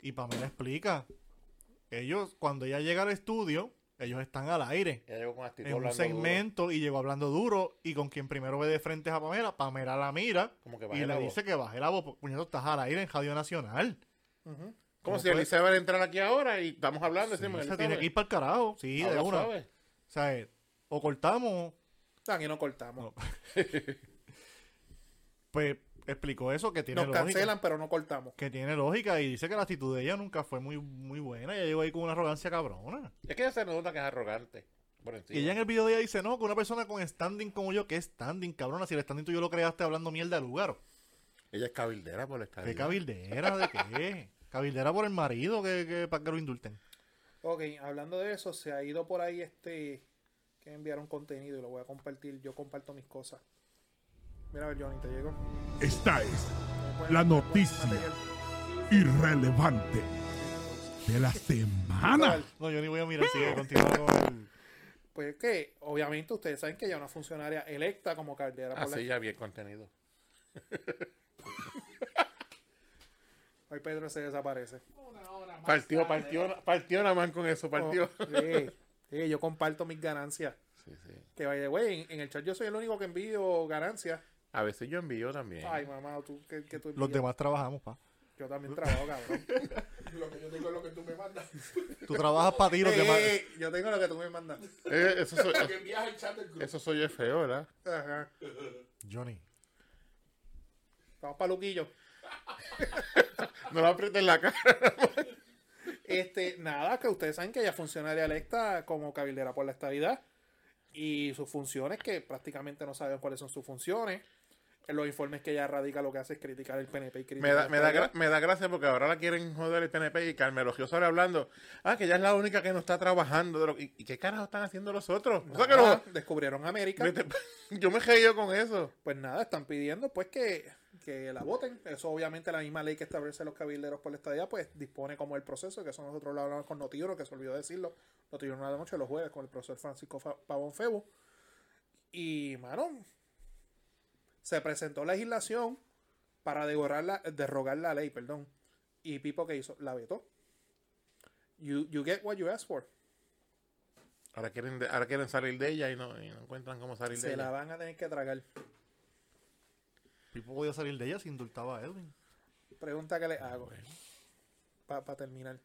Speaker 5: Y Pamela explica. Ellos, cuando ella llega al estudio, Ellos están al aire.
Speaker 6: Ya llegó con actitud
Speaker 5: En un
Speaker 6: hablando duro.
Speaker 5: segmento y llegó hablando duro. Y con quien primero ve de frente es a Pamela. Pamela la mira
Speaker 6: Como que baje
Speaker 5: y
Speaker 6: la
Speaker 5: le
Speaker 6: voz.
Speaker 5: dice que baje la voz. Puñeto, estás al aire en Radio Nacional.
Speaker 6: Como
Speaker 5: ¿Cómo
Speaker 6: si
Speaker 5: puede?
Speaker 6: Elizabeth entrara aquí ahora y estamos hablando.
Speaker 5: Sí,
Speaker 6: decimos,
Speaker 5: se
Speaker 6: Elizabeth,
Speaker 5: tiene que ir para el carajo. Sí, de
Speaker 6: habla
Speaker 5: una. O
Speaker 6: suave.
Speaker 5: sea, eh, o cortamos
Speaker 4: Tan, Ah, y no cortamos.
Speaker 5: No, pues explicó eso que tiene
Speaker 4: Nos
Speaker 5: lógica.
Speaker 4: cancelan, pero no cortamos.
Speaker 5: Que tiene lógica y dice que la actitud de ella nunca fue muy, muy buena. Ella llegó ahí con una arrogancia cabrona.
Speaker 6: Es que ella se nota que es arrogante. Por encima.
Speaker 5: y ella en el video de ella dice, no, que una persona con standing como yo, que standing, cabrona, si el standing tuyo lo creaste hablando mierda al lugar.
Speaker 6: Ella es cabildera por estar.
Speaker 5: ¿Qué cabildera? ¿De qué? cabildera por el marido, que, que para que lo indulten.
Speaker 4: Ok, hablando de eso, se ha ido por ahí este que enviaron contenido y lo voy a compartir. Yo comparto mis cosas. Mira, a ver, Johnny, te llegó. Pues,
Speaker 7: Esta es la noticia irrelevante de la semana.
Speaker 5: No, yo ni voy a mirar, sigue, continúa con
Speaker 4: Pues que, obviamente, ustedes saben que ella es una funcionaria electa como caldera. por la-
Speaker 6: Así Ah, ya vi el contenido.
Speaker 4: Hoy Pedro se desaparece.
Speaker 6: Partió, partió, partió nada más con eso, partió.
Speaker 4: Oh, sí, sí, yo comparto mis ganancias.
Speaker 6: Oh. Sí, sí.
Speaker 4: Que vaya, güey, en, en el chat yo soy el único que envío ganancias.
Speaker 6: A veces yo envío también.
Speaker 4: Ay, mamá, tú que, que tú
Speaker 5: Los
Speaker 4: envías?
Speaker 5: demás trabajamos, pa.
Speaker 4: Yo también trabajo, cabrón.
Speaker 2: Lo que yo tengo es lo que tú me mandas.
Speaker 5: Tú trabajas para ti, los
Speaker 4: Eh,
Speaker 5: demás...
Speaker 4: eh, yo tengo lo que tú me mandas.
Speaker 6: Eh, eso, soy,
Speaker 2: Lo que envías al chat del grupo.
Speaker 6: eso soy yo feo, ¿verdad?
Speaker 4: Ajá.
Speaker 5: Johnny.
Speaker 4: Vamos para Luquillo.
Speaker 6: No lo aprietes la cara.
Speaker 4: Este, nada, que ustedes saben que ella es funcionaria electa como cabildera por la estabilidad. Y sus funciones, que prácticamente no saben cuáles son sus funciones. En los informes que ella radica lo que hace es criticar el PNP y criticar
Speaker 6: Me da,
Speaker 4: el
Speaker 6: me, da
Speaker 4: PNP.
Speaker 6: gra- me da gracia porque ahora la quieren joder el PNP y Carmelo Gio sale hablando. Ah, que ella es la única que no está trabajando. de lo- ¿Y, y qué carajo están haciendo los otros? O sea que
Speaker 4: Ah,
Speaker 6: no-
Speaker 4: descubrieron América.
Speaker 6: vete- yo me reío con eso.
Speaker 4: Pues nada, están pidiendo pues que, que la voten. Eso obviamente la misma ley que establece los cabilderos por la estadía, pues dispone como el proceso, que eso nosotros lo hablamos con Notiuno, que se olvidó decirlo. Notiuno de la noche los jueves con el profesor Francisco Fa- Pavón Febo. Y, mano, se presentó legislación para derogar la, derrogar la ley, perdón. Y Pipo que hizo, la vetó. You, you get what you ask for.
Speaker 6: Ahora quieren, de- ahora quieren salir de ella y no, y no encuentran cómo salir de
Speaker 4: Se la
Speaker 6: ella.
Speaker 4: van a tener que tragar.
Speaker 5: Pipo podía salir de ella si indultaba a Edwin.
Speaker 4: pregunta que le hago para terminar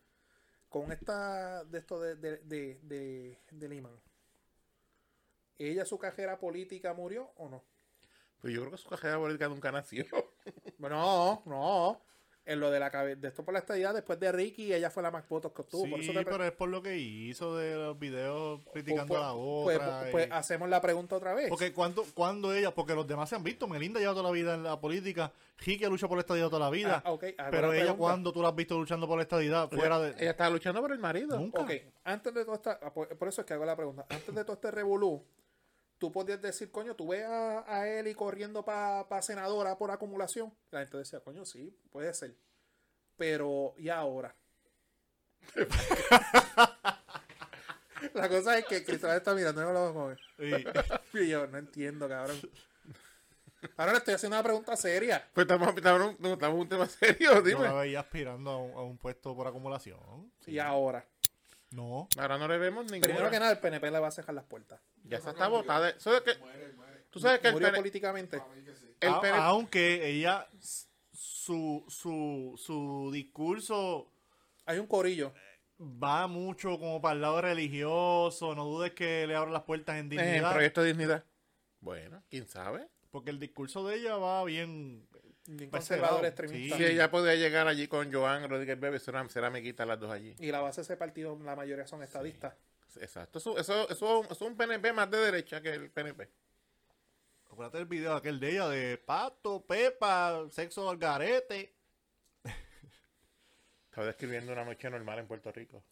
Speaker 4: con esta de esto de, de, de, de, de Lehman, ella su carrera política murió o no
Speaker 6: Pero Pues yo creo que su cajera política nunca nació. Pues
Speaker 4: no no en lo de la cabeza de esto por la estadía después de Ricky ella fue la más votos que obtuvo
Speaker 5: sí,
Speaker 4: por eso te pre-
Speaker 5: pero es por lo que hizo de los videos
Speaker 4: pues,
Speaker 5: criticando a la
Speaker 4: pues-
Speaker 5: otra.
Speaker 4: pues-
Speaker 5: y-
Speaker 4: pues eh. hacemos la pregunta otra vez
Speaker 5: Porque cuando, cuando ella, porque los demás se han visto, Melinda lleva toda la vida en la política, Jique lucha por la estadidad toda la vida.
Speaker 4: Ah, ok, hago
Speaker 5: Pero
Speaker 4: la
Speaker 5: ella,
Speaker 4: pregunta.
Speaker 5: cuando tú la has visto luchando por la estadidad, fuera de.
Speaker 6: Ella estaba luchando por el marido.
Speaker 5: nunca.
Speaker 4: Ok, antes de todo esta, ah, por, por eso es que hago la pregunta. Antes de todo este revolú, tú podías decir, coño, tú ves a, a Eli corriendo para senadora por acumulación. La gente decía, coño, sí, puede ser. Pero, ¿y ahora? la cosa es que Cristóbal está mirando no lo vamos
Speaker 5: Y-
Speaker 4: a comer. Y yo, no entiendo, cabrón. Ahora le estoy haciendo una pregunta seria.
Speaker 6: Pues estamos, estamos, en un- estamos en un tema serio,
Speaker 5: yo la
Speaker 6: dime.
Speaker 5: veía aspirando a un, a un puesto por acumulación.
Speaker 4: ¿Y ahora?
Speaker 5: No.
Speaker 6: Ahora no le vemos ninguna.
Speaker 4: Primero que nada, el PNP le va a cerrar las puertas.
Speaker 6: ya esa está botada. Eso es que- tú sabes que el,
Speaker 4: Murió
Speaker 6: PN
Speaker 4: políticamente.
Speaker 6: el
Speaker 5: A-
Speaker 6: PN
Speaker 5: aunque ella. Su, su, su discurso
Speaker 4: Hay un corillo.
Speaker 5: va mucho como para el lado religioso. No dudes que le abran las puertas en
Speaker 6: Eh, En
Speaker 5: dignidad.
Speaker 6: Proyecto Dignidad. Bueno, quién sabe.
Speaker 5: Porque el discurso de ella va bien.
Speaker 4: Bien
Speaker 6: Pues
Speaker 5: Para ese
Speaker 4: conservador
Speaker 5: lado,
Speaker 4: extremista.
Speaker 5: sí.
Speaker 6: Si ella podía llegar allí con Joan Rodríguez Bebe, será, será amiguita las dos allí.
Speaker 4: Y la base de ese partido, la mayoría son estadistas.
Speaker 6: Exacto. Eso, eso, eso es un PNP más de derecha que el PNP.
Speaker 5: Acuérdate del video aquel de ella de pato, pepa, sexo al garete.
Speaker 6: Estaba describiendo una noche normal en Puerto Rico.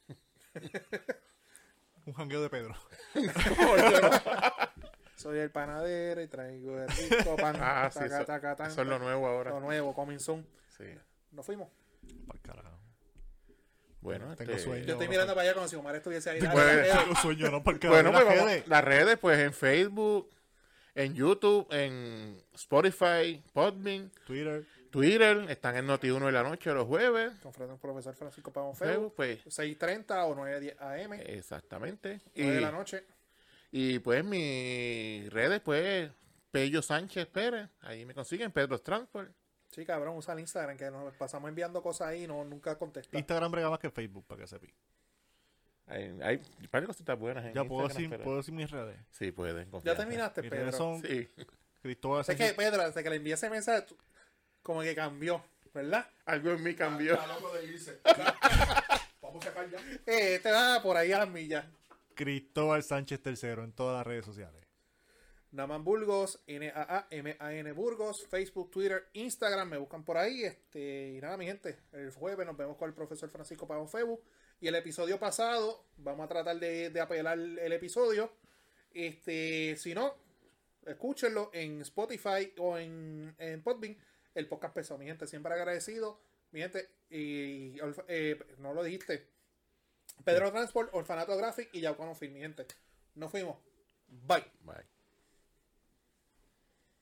Speaker 5: Un jangueo de Pedro.
Speaker 4: Soy el panadero y traigo el rico pan.
Speaker 6: Ah, sí.
Speaker 4: taca,
Speaker 6: Eso,
Speaker 4: taca, tan,
Speaker 6: eso es lo
Speaker 4: tan.
Speaker 6: nuevo
Speaker 4: Lo
Speaker 6: ahora.
Speaker 4: nuevo, coming soon.
Speaker 6: Sí.
Speaker 4: Nos fuimos.
Speaker 5: Pa'l carajo.
Speaker 6: Bueno,
Speaker 5: Tengo
Speaker 6: este-
Speaker 5: sueño.
Speaker 4: Yo estoy
Speaker 5: no,
Speaker 4: mirando
Speaker 5: no.
Speaker 4: para allá como si Omar estuviese ahí.
Speaker 6: Pues-
Speaker 5: Tengo sueño, no, pa'l carajo.
Speaker 6: Bueno,
Speaker 5: La
Speaker 6: pues vamos-
Speaker 5: jede.
Speaker 6: las redes, pues en Facebook, en YouTube, en Spotify, Podbean,
Speaker 5: Twitter.
Speaker 6: Twitter, están en Noti1 de la noche los jueves.
Speaker 4: Con Fran- profesor Francisco Pavón Feu,
Speaker 6: Facebook, pues,
Speaker 4: 6.30 o 9.10 AM, 9
Speaker 6: exactamente.
Speaker 4: de
Speaker 6: Eh, Y,
Speaker 4: la noche.
Speaker 6: y, pues mis redes, pues, Pello Sánchez Pérez, ahí me consiguen, Pedro Transport.
Speaker 4: Sí, cabrón, usa el Instagram, que nos pasamos enviando cosas ahí y no, nunca contesta.
Speaker 5: Instagram brega más que Facebook, para que sepi.
Speaker 6: Hay, hay un par de cositas buenas en
Speaker 5: Ya puedo
Speaker 6: Instagram,
Speaker 5: decir,
Speaker 6: pero-
Speaker 5: puedo decir mis redes.
Speaker 6: Sí, pueden. confianza.
Speaker 4: Ya terminaste,
Speaker 5: Mis
Speaker 4: Pedro.
Speaker 5: redes son
Speaker 6: Sí.
Speaker 5: Cristóbal
Speaker 4: Es que
Speaker 5: Sánchez-
Speaker 4: Pedro, desde que le envié ese mensaje, tú- como que cambió, ¿verdad?
Speaker 6: Algo en mí cambió.
Speaker 2: Está loco de irse. Vamos a sacar ya.
Speaker 4: Eh, te da por ahí a las millas.
Speaker 5: Cristóbal Sánchez III en todas las redes sociales.
Speaker 4: Naman Burgos, N-A-A-M-A-N Burgos, Facebook, Twitter, Instagram, me buscan por ahí. Este, y nada, mi gente, el jueves nos vemos con el profesor Francisco Pavón Febu. Y el episodio pasado, vamos a tratar de, de apelar el episodio. Este, si no, escúchenlo en Spotify o en, en Podbean. El podcast pesado, mi gente, siempre agradecido. Mi gente, y, olf- eh, no lo dijiste. Pedro Transport, Orfanato Graphic y Yaucono Film, mi gente. Nos fuimos. Bye.
Speaker 6: Bye.